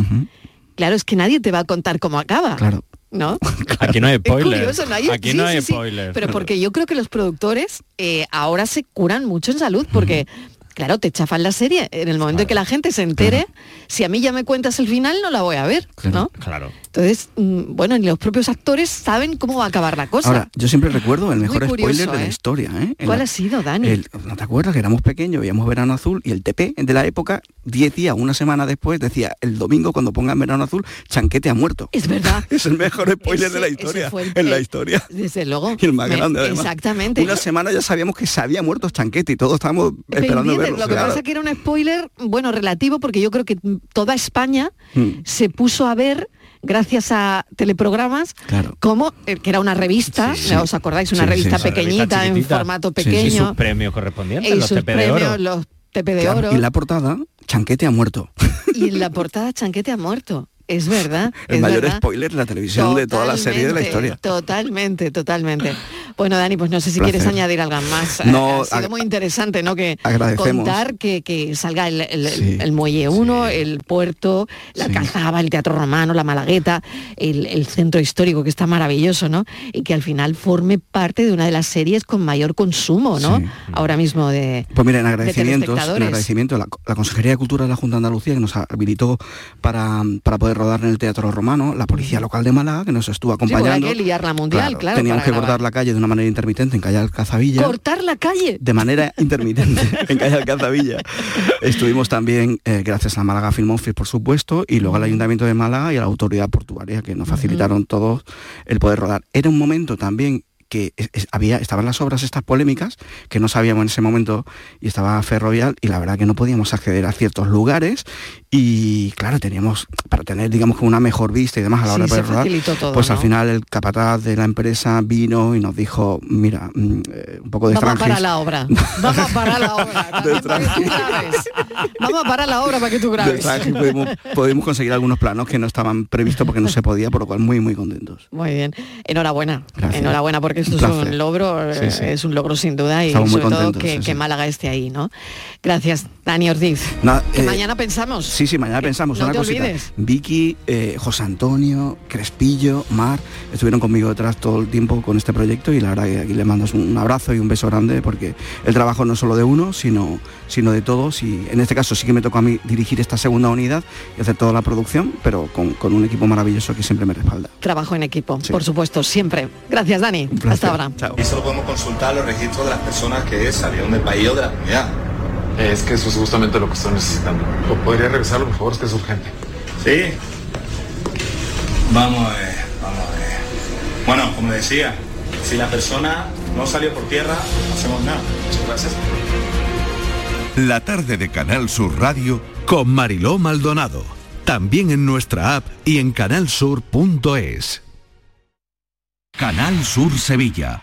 [SPEAKER 8] claro, es que nadie te va a contar cómo acaba.
[SPEAKER 27] Claro.
[SPEAKER 8] ¿No?
[SPEAKER 10] [LAUGHS] Aquí no hay
[SPEAKER 8] Es
[SPEAKER 10] spoiler.
[SPEAKER 8] curioso, no hay-
[SPEAKER 10] Aquí
[SPEAKER 8] sí,
[SPEAKER 10] no
[SPEAKER 8] sí,
[SPEAKER 10] hay
[SPEAKER 8] sí,
[SPEAKER 10] spoiler.
[SPEAKER 8] Pero porque yo creo que los productores eh, ahora se curan mucho en salud porque... Claro, te chafan la serie. En el momento en que la gente se entere, si a mí ya me cuentas el final, no la voy a ver, ¿no?
[SPEAKER 10] Claro.
[SPEAKER 8] Entonces, mm, bueno, ni los propios actores saben cómo va a acabar la cosa.
[SPEAKER 27] Ahora, yo siempre recuerdo el
[SPEAKER 8] Muy
[SPEAKER 27] mejor
[SPEAKER 8] curioso,
[SPEAKER 27] spoiler de la
[SPEAKER 8] ¿eh?
[SPEAKER 27] historia. ¿eh? El-
[SPEAKER 8] ¿Cuál ha sido, Dani?
[SPEAKER 27] el- ¿No te acuerdas que éramos pequeños, veíamos Verano Azul y el TP de la época, 10 días, una semana después, decía, el domingo cuando pongan Verano Azul, Chanquete ha muerto.
[SPEAKER 8] Es verdad.
[SPEAKER 27] [LAUGHS] es el mejor spoiler
[SPEAKER 8] Ese-
[SPEAKER 27] de la
[SPEAKER 8] ese
[SPEAKER 27] historia.
[SPEAKER 8] fue el-
[SPEAKER 27] en la
[SPEAKER 8] el- [LAUGHS]
[SPEAKER 27] historia.
[SPEAKER 8] Desde luego.
[SPEAKER 27] Y el más
[SPEAKER 8] Me-
[SPEAKER 27] grande además.
[SPEAKER 8] Exactamente.
[SPEAKER 27] Una semana ya sabíamos que se había muerto Chanquete y todos estábamos esperando
[SPEAKER 8] Pendiente.
[SPEAKER 27] verlo.
[SPEAKER 8] Lo que
[SPEAKER 27] claro.
[SPEAKER 8] pasa es que era un spoiler, bueno, relativo, porque yo creo que mm, toda España
[SPEAKER 27] Mm.
[SPEAKER 8] se puso a ver gracias a teleprogramas
[SPEAKER 27] Claro.
[SPEAKER 8] como eh, que era una revista
[SPEAKER 10] Sí, sí.
[SPEAKER 8] os acordáis una
[SPEAKER 10] Sí, sí,
[SPEAKER 8] revista
[SPEAKER 10] sí.
[SPEAKER 8] pequeñita
[SPEAKER 10] Revista
[SPEAKER 8] en
[SPEAKER 10] chiquitita.
[SPEAKER 8] formato
[SPEAKER 10] Sí, sí,
[SPEAKER 8] pequeño
[SPEAKER 10] Y sus premios correspondientes,
[SPEAKER 8] y
[SPEAKER 10] los
[SPEAKER 8] sus
[SPEAKER 10] TP de oro.
[SPEAKER 8] premios los tepe de
[SPEAKER 27] Claro,
[SPEAKER 8] oro
[SPEAKER 27] Y en la portada, Chanquete ha muerto.
[SPEAKER 8] y en la portada Chanquete ha muerto es
[SPEAKER 10] [LAUGHS]
[SPEAKER 8] verdad
[SPEAKER 27] El
[SPEAKER 8] es
[SPEAKER 27] mayor
[SPEAKER 8] verdad.
[SPEAKER 27] spoiler de la televisión de toda la serie de la historia.
[SPEAKER 8] Totalmente, totalmente. Bueno, Dani, pues no sé si
[SPEAKER 27] Placer.
[SPEAKER 8] quieres añadir algo más.
[SPEAKER 27] [LAUGHS] No,
[SPEAKER 8] ha sido
[SPEAKER 27] ag-
[SPEAKER 8] muy interesante, ¿no? Que
[SPEAKER 27] agradecemos.
[SPEAKER 8] contar que, que salga el, el- el Muelle 1, el puerto, la Alcazaba, el Teatro Romano, la Malagueta, el, el centro histórico, que está maravilloso, ¿no? Y que al final forme parte de una de las series con mayor consumo, ¿no? Ahora mismo de.
[SPEAKER 27] Pues mira, en
[SPEAKER 8] de
[SPEAKER 27] agradecimientos, en
[SPEAKER 8] telespectadores.
[SPEAKER 27] agradecimiento a la, la Consejería de Cultura de la Junta de Andalucía, que nos habilitó para, para poder rodar en el Teatro Romano, la Policía Local de Málaga, que nos estuvo
[SPEAKER 8] Sí, porque hay
[SPEAKER 27] acompañando.
[SPEAKER 8] que liar la mundial, claro.
[SPEAKER 27] teníamos
[SPEAKER 8] para
[SPEAKER 27] que
[SPEAKER 8] grabar.
[SPEAKER 27] cortar la calle de una manera intermitente en Calle Alcazavilla.
[SPEAKER 8] Cortar la calle. [LAUGHS]
[SPEAKER 27] de manera intermitente en Calle Alcazavilla. Estuvimos también, eh, gracias a Málaga Film Office, por supuesto, y luego al Ayuntamiento de Málaga y a la autoridad portuaria, que nos facilitaron todos el poder rodar. Era un momento también que es- es- había, estaban las obras estas polémicas, que no sabíamos en ese momento, y estaba Ferrovial, y la verdad que no podíamos acceder a ciertos lugares, y claro, teníamos, para tener, digamos, como una mejor vista y demás a la
[SPEAKER 8] Sí,
[SPEAKER 27] hora de poder
[SPEAKER 8] se
[SPEAKER 27] rodar,
[SPEAKER 8] facilitó todo,
[SPEAKER 27] pues al
[SPEAKER 8] ¿no?
[SPEAKER 27] final el capataz de la empresa vino y nos dijo, mira, mm, eh, un poco de
[SPEAKER 8] Vamos a parar
[SPEAKER 27] extranjis-
[SPEAKER 8] la obra. Vamos a parar la
[SPEAKER 27] [LAUGHS]
[SPEAKER 8] obra.
[SPEAKER 27] de
[SPEAKER 8] Vamos a parar la obra para que tú grabes.
[SPEAKER 27] Detrás que
[SPEAKER 8] [LAUGHS]
[SPEAKER 27] pudimos, pudimos conseguir algunos planos que no estaban previstos porque no se podía, por lo cual muy, muy contentos.
[SPEAKER 8] Muy bien. Enhorabuena. Enhorabuena porque esto
[SPEAKER 27] Un
[SPEAKER 8] es
[SPEAKER 27] placer.
[SPEAKER 8] un logro,
[SPEAKER 27] Sí, sí.
[SPEAKER 8] eh, es un logro sin duda y
[SPEAKER 27] Estamos muy
[SPEAKER 8] sobre todo
[SPEAKER 27] contentos,
[SPEAKER 8] que,
[SPEAKER 27] sí,
[SPEAKER 8] que
[SPEAKER 27] sí.
[SPEAKER 8] Málaga esté ahí, ¿no? Gracias, Dani Ortiz.
[SPEAKER 27] Nada,
[SPEAKER 8] Que
[SPEAKER 27] eh,
[SPEAKER 8] mañana pensamos.
[SPEAKER 27] Sí, sí, mañana pensamos
[SPEAKER 8] Eh, no
[SPEAKER 27] una
[SPEAKER 8] te
[SPEAKER 27] cosita.
[SPEAKER 8] olvides.
[SPEAKER 27] Vicky, eh, José Antonio, Crespillo, Mar, estuvieron conmigo detrás todo el tiempo con este proyecto y la verdad que aquí les mando un abrazo y un beso grande porque el trabajo no es solo de uno, sino, sino de todos y en este caso sí que me tocó a mí dirigir esta segunda unidad y hacer toda la producción, pero con, con un equipo maravilloso que siempre me respalda.
[SPEAKER 8] Trabajo en equipo, por supuesto, siempre. Gracias, Dani. Hasta ahora.
[SPEAKER 5] Y solo podemos consultar los registros de las personas que salieron del país o de la comunidad. Es que eso es justamente lo que estoy necesitando. ¿Podría revisarlo, por favor? Es que es urgente. Sí. Vamos a ver, vamos a ver. Bueno, como decía, si la persona No salió por tierra, no hacemos nada. Muchas gracias.
[SPEAKER 7] La tarde de Canal Sur Radio con Mariló Maldonado. También en nuestra app y en canalsur.es. Canal Sur Sevilla.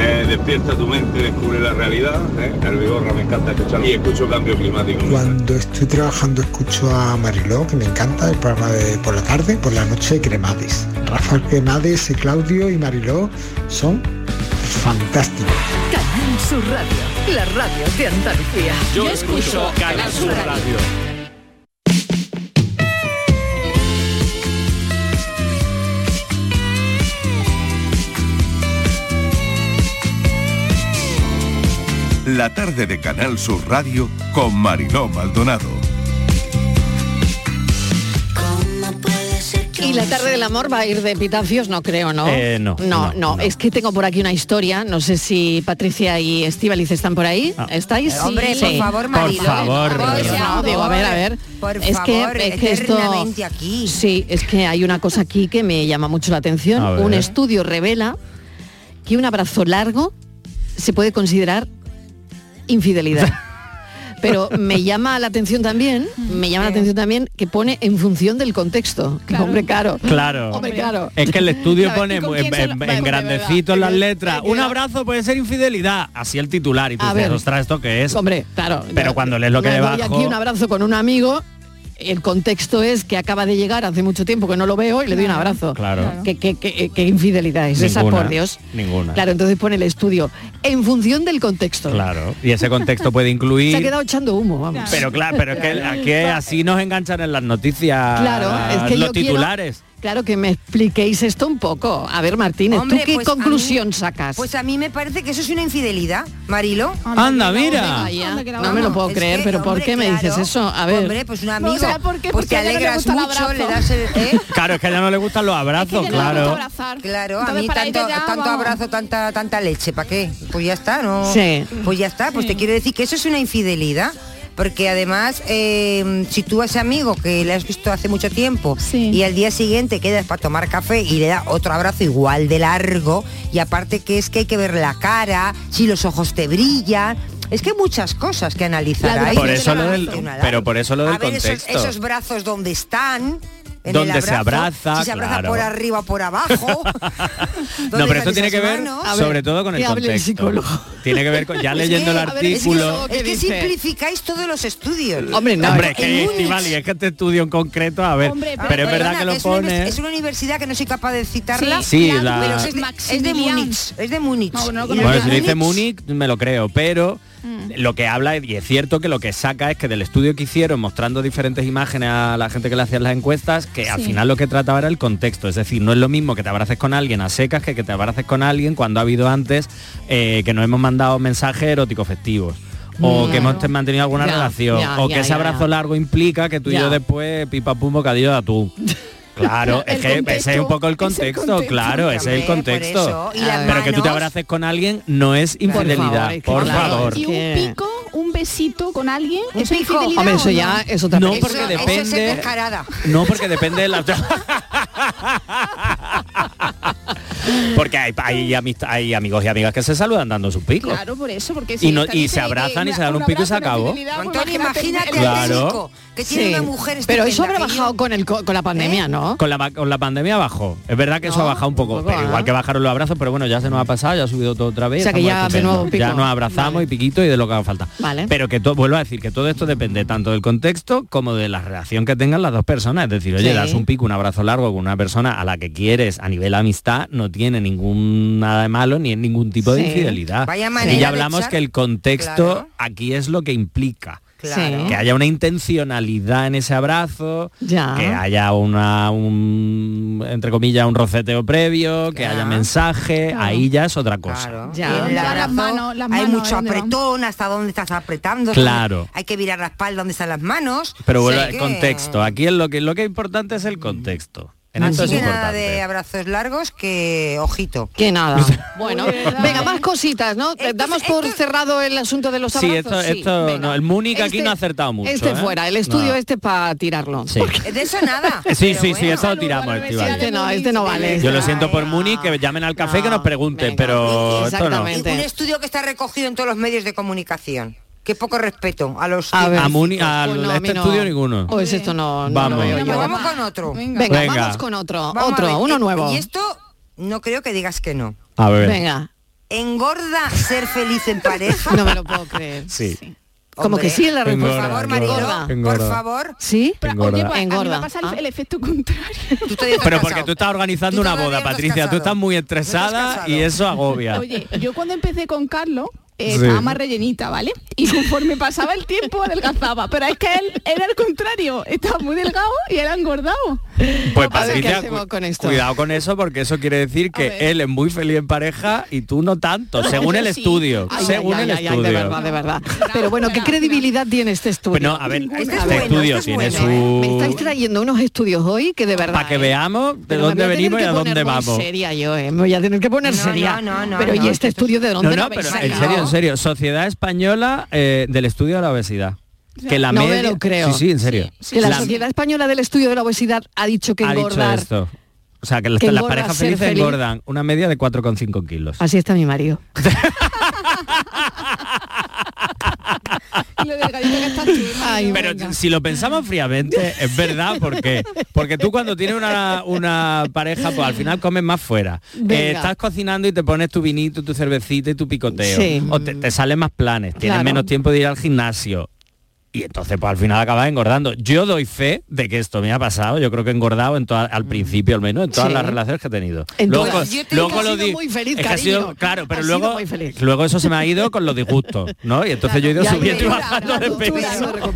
[SPEAKER 5] Eh, despierta tu mente, descubre la realidad. ¿eh? El Vigorra me encanta escucharlo. Y escucho cambio climático.
[SPEAKER 21] Cuando estoy trabajando escucho a Mariló, que me encanta el programa de por la tarde, por la noche Cremades. Rafael Cremades, y Claudio y Mariló son fantásticos.
[SPEAKER 2] Canal Sur Radio, la radio de Andalucía.
[SPEAKER 26] Yo escucho Canal Sur Radio.
[SPEAKER 7] La tarde de Canal Sur Radio con Mariló Maldonado.
[SPEAKER 8] Y la tarde del amor va a ir de epitafios, no creo, ¿no?
[SPEAKER 10] Eh, no,
[SPEAKER 8] no,
[SPEAKER 10] no,
[SPEAKER 8] no. Es que tengo por aquí una historia. No sé si Patricia y Estivaliz están por ahí. ¿Estáis?
[SPEAKER 13] Eh, hombre, por favor, Por Mariló, favor. por
[SPEAKER 8] No, digo, a ver, a ver.
[SPEAKER 13] Por
[SPEAKER 8] es que,
[SPEAKER 13] favor,
[SPEAKER 8] es que esto.
[SPEAKER 13] eternamente aquí.
[SPEAKER 8] Sí, es que hay una cosa aquí que me llama mucho la atención.
[SPEAKER 13] A ver.
[SPEAKER 8] Un estudio revela que un abrazo largo se puede considerar infidelidad. Pero me llama la atención también, me llama la atención también que pone en función del contexto. Hombre, caro.
[SPEAKER 10] Claro.
[SPEAKER 8] Hombre, claro.
[SPEAKER 10] Es que el estudio
[SPEAKER 8] ¿Sabes?
[SPEAKER 10] pone
[SPEAKER 8] ¿Y con
[SPEAKER 10] en,
[SPEAKER 8] quién se lo-
[SPEAKER 10] en-
[SPEAKER 8] Vale,
[SPEAKER 10] en
[SPEAKER 8] vale, vale,
[SPEAKER 10] grandecito
[SPEAKER 8] vale.
[SPEAKER 10] las letras.
[SPEAKER 8] Vale,
[SPEAKER 10] Un
[SPEAKER 8] vale.
[SPEAKER 10] abrazo puede ser infidelidad. Así el titular. Y tú
[SPEAKER 8] A
[SPEAKER 10] dices,
[SPEAKER 8] ver.
[SPEAKER 10] ostras, ¿esto qué es?
[SPEAKER 8] Hombre, claro.
[SPEAKER 10] Pero cuando lees lo que
[SPEAKER 8] Me doy
[SPEAKER 10] debajo...
[SPEAKER 8] aquí un abrazo con un amigo. El contexto es que acaba de llegar hace mucho tiempo que no lo veo y le doy un abrazo.
[SPEAKER 10] Claro.
[SPEAKER 8] ¿Qué, qué- qué- qué infidelidad es esa,
[SPEAKER 10] Ninguna,
[SPEAKER 8] por Dios?
[SPEAKER 10] Ninguna.
[SPEAKER 8] Claro, entonces pone el estudio en función del contexto.
[SPEAKER 10] Claro. Y ese contexto puede
[SPEAKER 8] [LAUGHS] Se ha
[SPEAKER 10] incluir...
[SPEAKER 8] quedado echando humo, vamos.
[SPEAKER 10] Pero claro, pero es que aquí así nos enganchan en las noticias
[SPEAKER 8] Claro, es que
[SPEAKER 10] Ah, los
[SPEAKER 8] yo quiero-
[SPEAKER 10] titulares.
[SPEAKER 8] Claro, que me expliquéis esto un poco. A ver, Martínez,
[SPEAKER 13] Hombre,
[SPEAKER 8] ¿tú qué
[SPEAKER 13] pues a mí-
[SPEAKER 8] conclusión sacas?
[SPEAKER 13] Pues a mí me parece que eso es una infidelidad, Marilo.
[SPEAKER 8] Anda, mira. Venga ya. No me lo puedo creer, pero ¿por qué me dices eso? A ver.
[SPEAKER 13] Hombre, pues un amigo.
[SPEAKER 8] O sea, ¿por qué?
[SPEAKER 13] Pues
[SPEAKER 8] Porque
[SPEAKER 13] te
[SPEAKER 8] a ella no le
[SPEAKER 13] alegras
[SPEAKER 8] gusta el
[SPEAKER 13] mucho,
[SPEAKER 8] abrazo.
[SPEAKER 13] le das [LAUGHS] el... ¿eh?
[SPEAKER 10] Claro, es que a ella no le gustan los abrazos, claro.
[SPEAKER 13] Claro, a
[SPEAKER 8] Entonces,
[SPEAKER 13] mí
[SPEAKER 8] para
[SPEAKER 13] tanto,
[SPEAKER 8] ella ya,
[SPEAKER 13] tanto
[SPEAKER 8] vamos.
[SPEAKER 13] abrazo, tanta, tanta leche, ¿para qué? Pues ya está, ¿no?
[SPEAKER 8] Sí.
[SPEAKER 13] Pues ya está, pues te quiero decir que eso es una infidelidad. Porque además, eh, si tú a ese amigo que le has visto hace mucho tiempo y al día siguiente quedas para tomar café y le da otro abrazo igual de largo, y aparte que es que hay que ver la cara, si los ojos te brillan, es que hay muchas cosas que analizar. ahí.
[SPEAKER 10] Por eso lo del,
[SPEAKER 13] Una edad.
[SPEAKER 10] pero por eso lo del
[SPEAKER 13] A ver, esos,
[SPEAKER 10] contexto.
[SPEAKER 13] esos brazos donde están, en
[SPEAKER 10] Donde
[SPEAKER 13] el
[SPEAKER 10] se abraza,
[SPEAKER 13] si se abraza
[SPEAKER 10] claro.
[SPEAKER 13] por arriba o por abajo.
[SPEAKER 10] No, pero esto tiene que ver sobre todo con el contexto. Tiene que ver con, [LAUGHS] ya
[SPEAKER 8] Pues
[SPEAKER 10] leyendo el artículo.
[SPEAKER 13] Es Pues que, simplificáis todos los estudios.
[SPEAKER 8] Hombre,
[SPEAKER 10] Hombre, es que
[SPEAKER 13] En un-
[SPEAKER 10] Estivali, es que este estudio en concreto, a ver,
[SPEAKER 13] Hombre,
[SPEAKER 10] pero es verdad
[SPEAKER 13] perdona,
[SPEAKER 10] que lo
[SPEAKER 13] es una
[SPEAKER 10] pone.
[SPEAKER 13] univers- Es una universidad que no soy capaz de citarla.
[SPEAKER 10] Sí, Sí, la-
[SPEAKER 13] pero es, de- es de
[SPEAKER 12] Maximilian.
[SPEAKER 13] Múnich. Es de Múnich. Y
[SPEAKER 10] Bueno,
[SPEAKER 13] los
[SPEAKER 10] si
[SPEAKER 13] de
[SPEAKER 10] dice Múnich, me lo creo, pero lo que habla, y es cierto que lo que saca es que del estudio que hicieron, mostrando diferentes imágenes a la gente que le hacían las encuestas, que al
[SPEAKER 18] Sí.
[SPEAKER 10] final lo que trataba era el contexto. Es decir, no es lo mismo que te abraces con alguien a secas que que te abraces con alguien cuando ha habido antes eh, que nos hemos mandado mensajes eróticos festivos. O
[SPEAKER 18] Mm.
[SPEAKER 10] que hemos te- mantenido alguna
[SPEAKER 18] Ya,
[SPEAKER 10] relación.
[SPEAKER 18] ya,
[SPEAKER 10] o
[SPEAKER 18] ya,
[SPEAKER 10] que ese
[SPEAKER 18] ya,
[SPEAKER 10] abrazo largo implica que tú y
[SPEAKER 18] Ya.
[SPEAKER 10] yo después pipa pum bocadillo de atún.
[SPEAKER 9] [LAUGHS]
[SPEAKER 10] Claro,
[SPEAKER 18] El
[SPEAKER 10] es que ese es un poco el contexto,
[SPEAKER 18] contexto.
[SPEAKER 10] claro, ese es el
[SPEAKER 18] Hombre, por
[SPEAKER 10] contexto.
[SPEAKER 18] eso. Y las
[SPEAKER 10] Pero que tú te
[SPEAKER 18] manos.
[SPEAKER 10] abraces con alguien no es infidelidad,
[SPEAKER 8] es que
[SPEAKER 10] por
[SPEAKER 8] claro,
[SPEAKER 10] favor.
[SPEAKER 8] es que-
[SPEAKER 12] Pico, un besito con alguien. ¿Eso es infidelidad
[SPEAKER 8] Hombre, eso
[SPEAKER 12] o no?
[SPEAKER 8] ya es otra
[SPEAKER 10] No,
[SPEAKER 8] cosa.
[SPEAKER 10] porque Eso- eso es ser depende- descarada. No, porque depende de la... porque hay, hay, amist- hay amigos y amigas que se saludan dando sus picos.
[SPEAKER 12] Claro, por eso, porque
[SPEAKER 10] Y,
[SPEAKER 12] si
[SPEAKER 10] no-
[SPEAKER 12] están
[SPEAKER 10] y
[SPEAKER 12] diciendo
[SPEAKER 10] se
[SPEAKER 12] que
[SPEAKER 10] abrazan y
[SPEAKER 12] una-
[SPEAKER 10] se dan un
[SPEAKER 12] una
[SPEAKER 10] pico y se acabó.
[SPEAKER 12] infidelidad, pues
[SPEAKER 13] Antonio, imagínate
[SPEAKER 12] una-
[SPEAKER 13] al
[SPEAKER 10] Claro.
[SPEAKER 13] médico que tiene
[SPEAKER 8] Sí.
[SPEAKER 13] una mujer
[SPEAKER 8] Pero eso
[SPEAKER 13] estupenda,
[SPEAKER 8] habrá
[SPEAKER 13] que ¿Eh?
[SPEAKER 8] bajado con, el, co- con la pandemia, ¿no?
[SPEAKER 10] Con la, ma- con la pandemia bajó. Es verdad que eso ha bajado un poco, pero igual que bajaron los abrazos, pero bueno, ya se nos ha pasado, ya ha subido todo otra vez.
[SPEAKER 8] O sea que
[SPEAKER 10] estamos
[SPEAKER 8] ya de
[SPEAKER 10] estupendo.
[SPEAKER 8] nuevo pico.
[SPEAKER 10] Ya nos abrazamos y piquito y de lo que haga falta.
[SPEAKER 8] Vale.
[SPEAKER 10] Pero que todo, vuelvo a decir que todo esto depende tanto del contexto como de la relación que tengan las dos personas. Es decir, oye,
[SPEAKER 18] Sí.
[SPEAKER 10] das un pico, un abrazo largo con una persona a la que quieres a nivel amistad, no tiene ningún nada de malo ni es ningún tipo de
[SPEAKER 18] Sí.
[SPEAKER 10] infidelidad.
[SPEAKER 18] Vaya
[SPEAKER 10] y
[SPEAKER 18] manera de
[SPEAKER 10] ya hablamos
[SPEAKER 18] echar-
[SPEAKER 10] que el contexto
[SPEAKER 18] Claro. ¿Eh?
[SPEAKER 10] aquí es lo que implica.
[SPEAKER 18] Claro.
[SPEAKER 10] Que haya una intencionalidad en ese abrazo,
[SPEAKER 18] Ya.
[SPEAKER 10] que haya una, un, entre comillas, un roceteo previo, que haya mensaje, ahí ya es otra cosa.
[SPEAKER 13] Ya,
[SPEAKER 12] Ya, las manos, las
[SPEAKER 13] hay
[SPEAKER 12] manos,
[SPEAKER 13] mucho
[SPEAKER 8] ¿eh?
[SPEAKER 12] ¿dónde van?
[SPEAKER 13] apretón, hasta dónde estás apretando.
[SPEAKER 10] Claro.
[SPEAKER 13] Hay que virar la espalda, dónde están las manos.
[SPEAKER 10] Pero
[SPEAKER 13] bueno,
[SPEAKER 10] bueno, el contexto, aquí es lo que lo que es importante es el contexto.
[SPEAKER 8] Mm.
[SPEAKER 10] En esto
[SPEAKER 13] Así
[SPEAKER 10] es
[SPEAKER 13] que nada
[SPEAKER 10] importante.
[SPEAKER 13] de abrazos largos que ojito.
[SPEAKER 10] [LAUGHS]
[SPEAKER 8] Que nada. Bueno, venga, más cositas, ¿no? Damos por cerrado el asunto de los
[SPEAKER 10] Sí, esto,
[SPEAKER 8] abrazos.
[SPEAKER 10] esto
[SPEAKER 8] venga.
[SPEAKER 10] no, el Múnich aquí
[SPEAKER 8] Este-
[SPEAKER 10] no ha acertado mucho.
[SPEAKER 8] este
[SPEAKER 10] ¿eh?
[SPEAKER 8] fuera, el estudio
[SPEAKER 10] No.
[SPEAKER 8] este para tirarlo.
[SPEAKER 10] Sí.
[SPEAKER 13] De eso nada.
[SPEAKER 10] Sí, sí, sí, eso lo tiramos, Estíbaliz.
[SPEAKER 8] Este no, este no vale.
[SPEAKER 10] Yo lo siento por Múnich, que llamen al café que nos pregunten, pero esto no.
[SPEAKER 13] Y un estudio que está recogido en todos los medios de comunicación. Qué poco respeto a los
[SPEAKER 10] A ver. A Muni-
[SPEAKER 13] Múnich,
[SPEAKER 10] a Pues no, a este mí no. estudio ninguno.
[SPEAKER 8] Pues esto no, no
[SPEAKER 10] Vamos.
[SPEAKER 8] lo veo
[SPEAKER 13] Pues
[SPEAKER 8] yo.
[SPEAKER 13] vamos con otro.
[SPEAKER 8] Venga, Venga. vamos con otro,
[SPEAKER 13] a
[SPEAKER 8] otro,
[SPEAKER 13] ver,
[SPEAKER 8] uno
[SPEAKER 13] y-
[SPEAKER 8] nuevo.
[SPEAKER 13] Y esto no creo que digas que no.
[SPEAKER 10] A ver.
[SPEAKER 8] Venga.
[SPEAKER 13] Engorda ser feliz en pareja.
[SPEAKER 8] [LAUGHS] No me lo puedo creer.
[SPEAKER 10] Sí.
[SPEAKER 8] Como que sí es la
[SPEAKER 13] Por
[SPEAKER 8] respuesta.
[SPEAKER 13] favor, Mariló, por
[SPEAKER 10] Engorda.
[SPEAKER 13] favor.
[SPEAKER 8] Sí.
[SPEAKER 12] Pero,
[SPEAKER 10] Engorda.
[SPEAKER 12] oye, pues, A mí
[SPEAKER 8] Engorda.
[SPEAKER 12] me pasa el, el efecto contrario.
[SPEAKER 10] Pero porque tú estás organizando una boda, Patricia, tú estás muy estresada y eso agobia.
[SPEAKER 12] Oye, yo cuando empecé con Carlos, eh,
[SPEAKER 10] Sí.
[SPEAKER 12] estaba más rellenita, ¿vale? Y conforme pasaba el tiempo adelgazaba. Pero es que él era el contrario. Estaba muy delgado y era engordado.
[SPEAKER 10] Pues
[SPEAKER 12] A ver, ¿qué
[SPEAKER 10] Patricia,
[SPEAKER 12] hacemos
[SPEAKER 10] cu-
[SPEAKER 12] con esto?
[SPEAKER 10] cuidado con eso porque eso quiere decir que él es muy feliz en pareja y tú no tanto, según el
[SPEAKER 8] Sí.
[SPEAKER 10] estudio,
[SPEAKER 8] Ay,
[SPEAKER 10] según
[SPEAKER 8] ay,
[SPEAKER 10] el
[SPEAKER 8] ay, ay,
[SPEAKER 10] estudio.
[SPEAKER 8] de verdad, de verdad. Pero bueno, ¿qué credibilidad tiene este estudio?
[SPEAKER 10] Bueno, a ver, este, estudio tiene
[SPEAKER 8] ¿eh? Me estáis
[SPEAKER 10] su
[SPEAKER 8] trayendo unos estudios hoy que de verdad.
[SPEAKER 10] para que veamos de
[SPEAKER 8] Pero me
[SPEAKER 10] dónde
[SPEAKER 8] voy a tener
[SPEAKER 10] venimos y
[SPEAKER 8] que
[SPEAKER 10] a dónde
[SPEAKER 8] poner muy
[SPEAKER 10] vamos.
[SPEAKER 8] seria yo, ¿eh? Me voy a tener que poner seria. pero ¿y este estudio de dónde
[SPEAKER 10] No,
[SPEAKER 8] lo
[SPEAKER 10] no,
[SPEAKER 8] habéis
[SPEAKER 10] pero en
[SPEAKER 8] sacado?
[SPEAKER 10] serio, en serio, Sociedad Española eh, del estudio de la obesidad. Que la
[SPEAKER 8] No me
[SPEAKER 10] media
[SPEAKER 8] lo creo.
[SPEAKER 10] Sí, sí, en serio.
[SPEAKER 8] que la,
[SPEAKER 10] La-
[SPEAKER 8] Sociedad Española del Estudio de la Obesidad ha dicho que
[SPEAKER 10] ha dicho
[SPEAKER 8] engordar.
[SPEAKER 10] esto. O sea, que, las-
[SPEAKER 8] que
[SPEAKER 10] las
[SPEAKER 8] engorda
[SPEAKER 10] parejas
[SPEAKER 8] ser
[SPEAKER 10] felices
[SPEAKER 8] feliz.
[SPEAKER 10] engordan una media de 4,5 kilos.
[SPEAKER 8] Así está mi marido.
[SPEAKER 12] Lo delgadito que estás tú. Mariló.
[SPEAKER 10] Pero [LAUGHS] si lo pensamos fríamente, es verdad, porque porque tú cuando tienes una, una pareja, pues al final comes más fuera. Eh,
[SPEAKER 18] Venga.
[SPEAKER 10] estás cocinando y te pones tu vinito, tu cervecita y tu picoteo.
[SPEAKER 18] Sí.
[SPEAKER 10] O te, te salen más planes, tienes
[SPEAKER 18] Claro.
[SPEAKER 10] menos tiempo de ir al gimnasio. Y entonces pues al final acabas engordando. Yo doy fe de que esto me ha pasado. Yo creo que he engordado en toda- al principio al menos en todas
[SPEAKER 18] Sí.
[SPEAKER 10] las relaciones que he tenido.
[SPEAKER 18] En
[SPEAKER 10] Luego-
[SPEAKER 18] todas. Yo te digo que has sido
[SPEAKER 10] di-
[SPEAKER 18] muy feliz,
[SPEAKER 10] es que ha sido-
[SPEAKER 18] cariño.
[SPEAKER 10] claro, pero
[SPEAKER 18] Has sido
[SPEAKER 10] luego
[SPEAKER 18] muy feliz.
[SPEAKER 10] luego eso se me ha ido con los disgustos, ¿no? Y entonces yo he ido
[SPEAKER 18] Ya, ya,
[SPEAKER 10] subiendo y
[SPEAKER 18] ya,
[SPEAKER 10] bajando de peso.
[SPEAKER 18] Yo-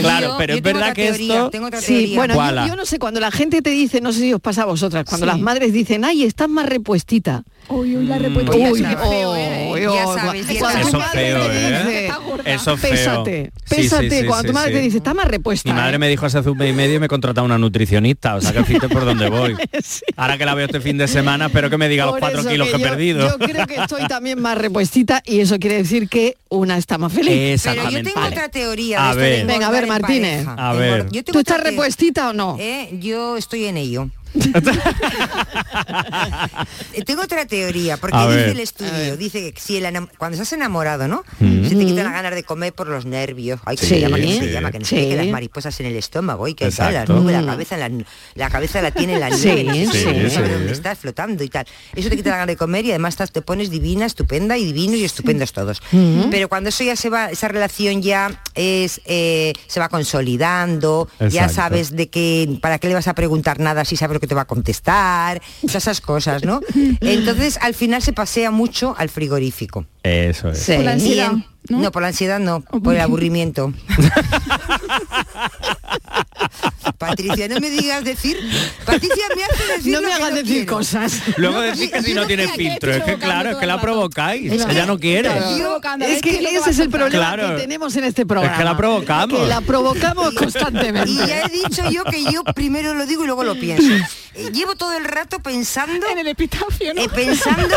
[SPEAKER 10] Claro, pero
[SPEAKER 18] yo
[SPEAKER 10] es
[SPEAKER 18] tengo
[SPEAKER 10] verdad
[SPEAKER 18] otra
[SPEAKER 10] que
[SPEAKER 18] teoría,
[SPEAKER 10] esto
[SPEAKER 18] tengo otra
[SPEAKER 8] Sí, bueno, yo,
[SPEAKER 10] Guala.
[SPEAKER 8] yo no sé, cuando la gente te dice, no sé si os pasa a vosotras, cuando
[SPEAKER 12] Sí.
[SPEAKER 8] las madres dicen, ay, estás más repuestita.
[SPEAKER 12] Uy, uy, la
[SPEAKER 8] repuestita.
[SPEAKER 12] ya
[SPEAKER 8] Uy,
[SPEAKER 12] sabes.
[SPEAKER 8] oh,
[SPEAKER 12] Feo era, ¿eh?
[SPEAKER 8] oh,
[SPEAKER 12] Ya sabes, ya
[SPEAKER 8] cuando
[SPEAKER 12] sabes.
[SPEAKER 8] tu
[SPEAKER 10] Eso
[SPEAKER 8] madre
[SPEAKER 10] feo,
[SPEAKER 8] te
[SPEAKER 10] ¿eh?
[SPEAKER 8] dice,
[SPEAKER 10] Eso feo.
[SPEAKER 8] Pésate,
[SPEAKER 10] Sí, sí,
[SPEAKER 8] pésate.
[SPEAKER 10] sí,
[SPEAKER 8] cuando tu
[SPEAKER 10] sí,
[SPEAKER 8] madre
[SPEAKER 10] sí.
[SPEAKER 8] te dice, estás más
[SPEAKER 10] Mi
[SPEAKER 8] repuesta.
[SPEAKER 10] madre
[SPEAKER 8] ¿eh?".
[SPEAKER 10] me dijo hace un mes y medio y me he contratado una nutricionista, o sea que fíjate por dónde voy.
[SPEAKER 8] [LAUGHS] Sí.
[SPEAKER 10] Ahora que la veo este fin de semana, espero que me diga los
[SPEAKER 8] Por
[SPEAKER 10] cuatro
[SPEAKER 8] eso
[SPEAKER 10] kilos que he
[SPEAKER 8] yo-
[SPEAKER 10] perdido.
[SPEAKER 8] Yo creo que estoy también más repuestita y eso quiere decir que una está más feliz.
[SPEAKER 10] Exactamente. Pero yo tengo
[SPEAKER 13] otra teoría.
[SPEAKER 10] A
[SPEAKER 13] de esto de
[SPEAKER 10] ver.
[SPEAKER 8] Venga, a ver,
[SPEAKER 13] engordar en
[SPEAKER 8] Martínez.
[SPEAKER 13] pareja.
[SPEAKER 10] A ver.
[SPEAKER 13] Yo
[SPEAKER 8] ¿Tú estás repuestita o no?
[SPEAKER 18] [LAUGHS]
[SPEAKER 13] Eh, yo estoy en ello. Eh, Tengo otra teoría, porque
[SPEAKER 18] A
[SPEAKER 13] dice
[SPEAKER 18] ver.
[SPEAKER 13] el estudio, dice que si el enam- cuando estás enamorado, ¿no?
[SPEAKER 18] Mm.
[SPEAKER 13] Se te
[SPEAKER 18] Mm.
[SPEAKER 13] quitan las ganas de comer por los nervios. Ay, que
[SPEAKER 18] Sí,
[SPEAKER 13] se llama, que se
[SPEAKER 18] sí.
[SPEAKER 13] llama, que no
[SPEAKER 18] Sí.
[SPEAKER 13] sé qué, que las mariposas en el estómago y que tal, las
[SPEAKER 18] Exacto.
[SPEAKER 13] nubes, la
[SPEAKER 18] Mm.
[SPEAKER 13] cabeza, en la, nu- la cabeza la tiene en la
[SPEAKER 18] Sí,
[SPEAKER 13] nube, no sé
[SPEAKER 18] sí,
[SPEAKER 13] dónde,
[SPEAKER 18] sí.
[SPEAKER 13] sabe dónde estás flotando y tal. Eso te quita la ganas de comer y además estás- te pones divina, estupenda y divino y estupendos todos.
[SPEAKER 18] Mm.
[SPEAKER 13] Pero cuando eso ya se va, esa relación ya es eh, se va consolidando, ya
[SPEAKER 18] Exacto.
[SPEAKER 13] sabes de que para qué le vas a preguntar nada si sabes lo que te va a contestar, todas esas cosas, [LAUGHS] ¿no? Entonces al final se pasea mucho al frigorífico.
[SPEAKER 10] Eso es.
[SPEAKER 13] Por la ansiedad. ¿no? por la ansiedad no, por el [LAUGHS] aburrimiento. Patricia, no me digas decir. Patricia me hace decir. No me hagas decir
[SPEAKER 8] cosas.
[SPEAKER 10] Luego decís que si no tiene filtro, es que claro, es que la provocáis, ella no quiere.
[SPEAKER 8] Es que ese es el problema
[SPEAKER 10] Claro.
[SPEAKER 8] que tenemos en este programa.
[SPEAKER 10] Es que la provocamos.
[SPEAKER 8] Que la
[SPEAKER 13] [LAUGHS]
[SPEAKER 8] provocamos constantemente.
[SPEAKER 13] Y ya he dicho yo que yo primero lo digo y luego lo pienso. Eh, Llevo todo el rato pensando. En el epitafio, ¿no? pensando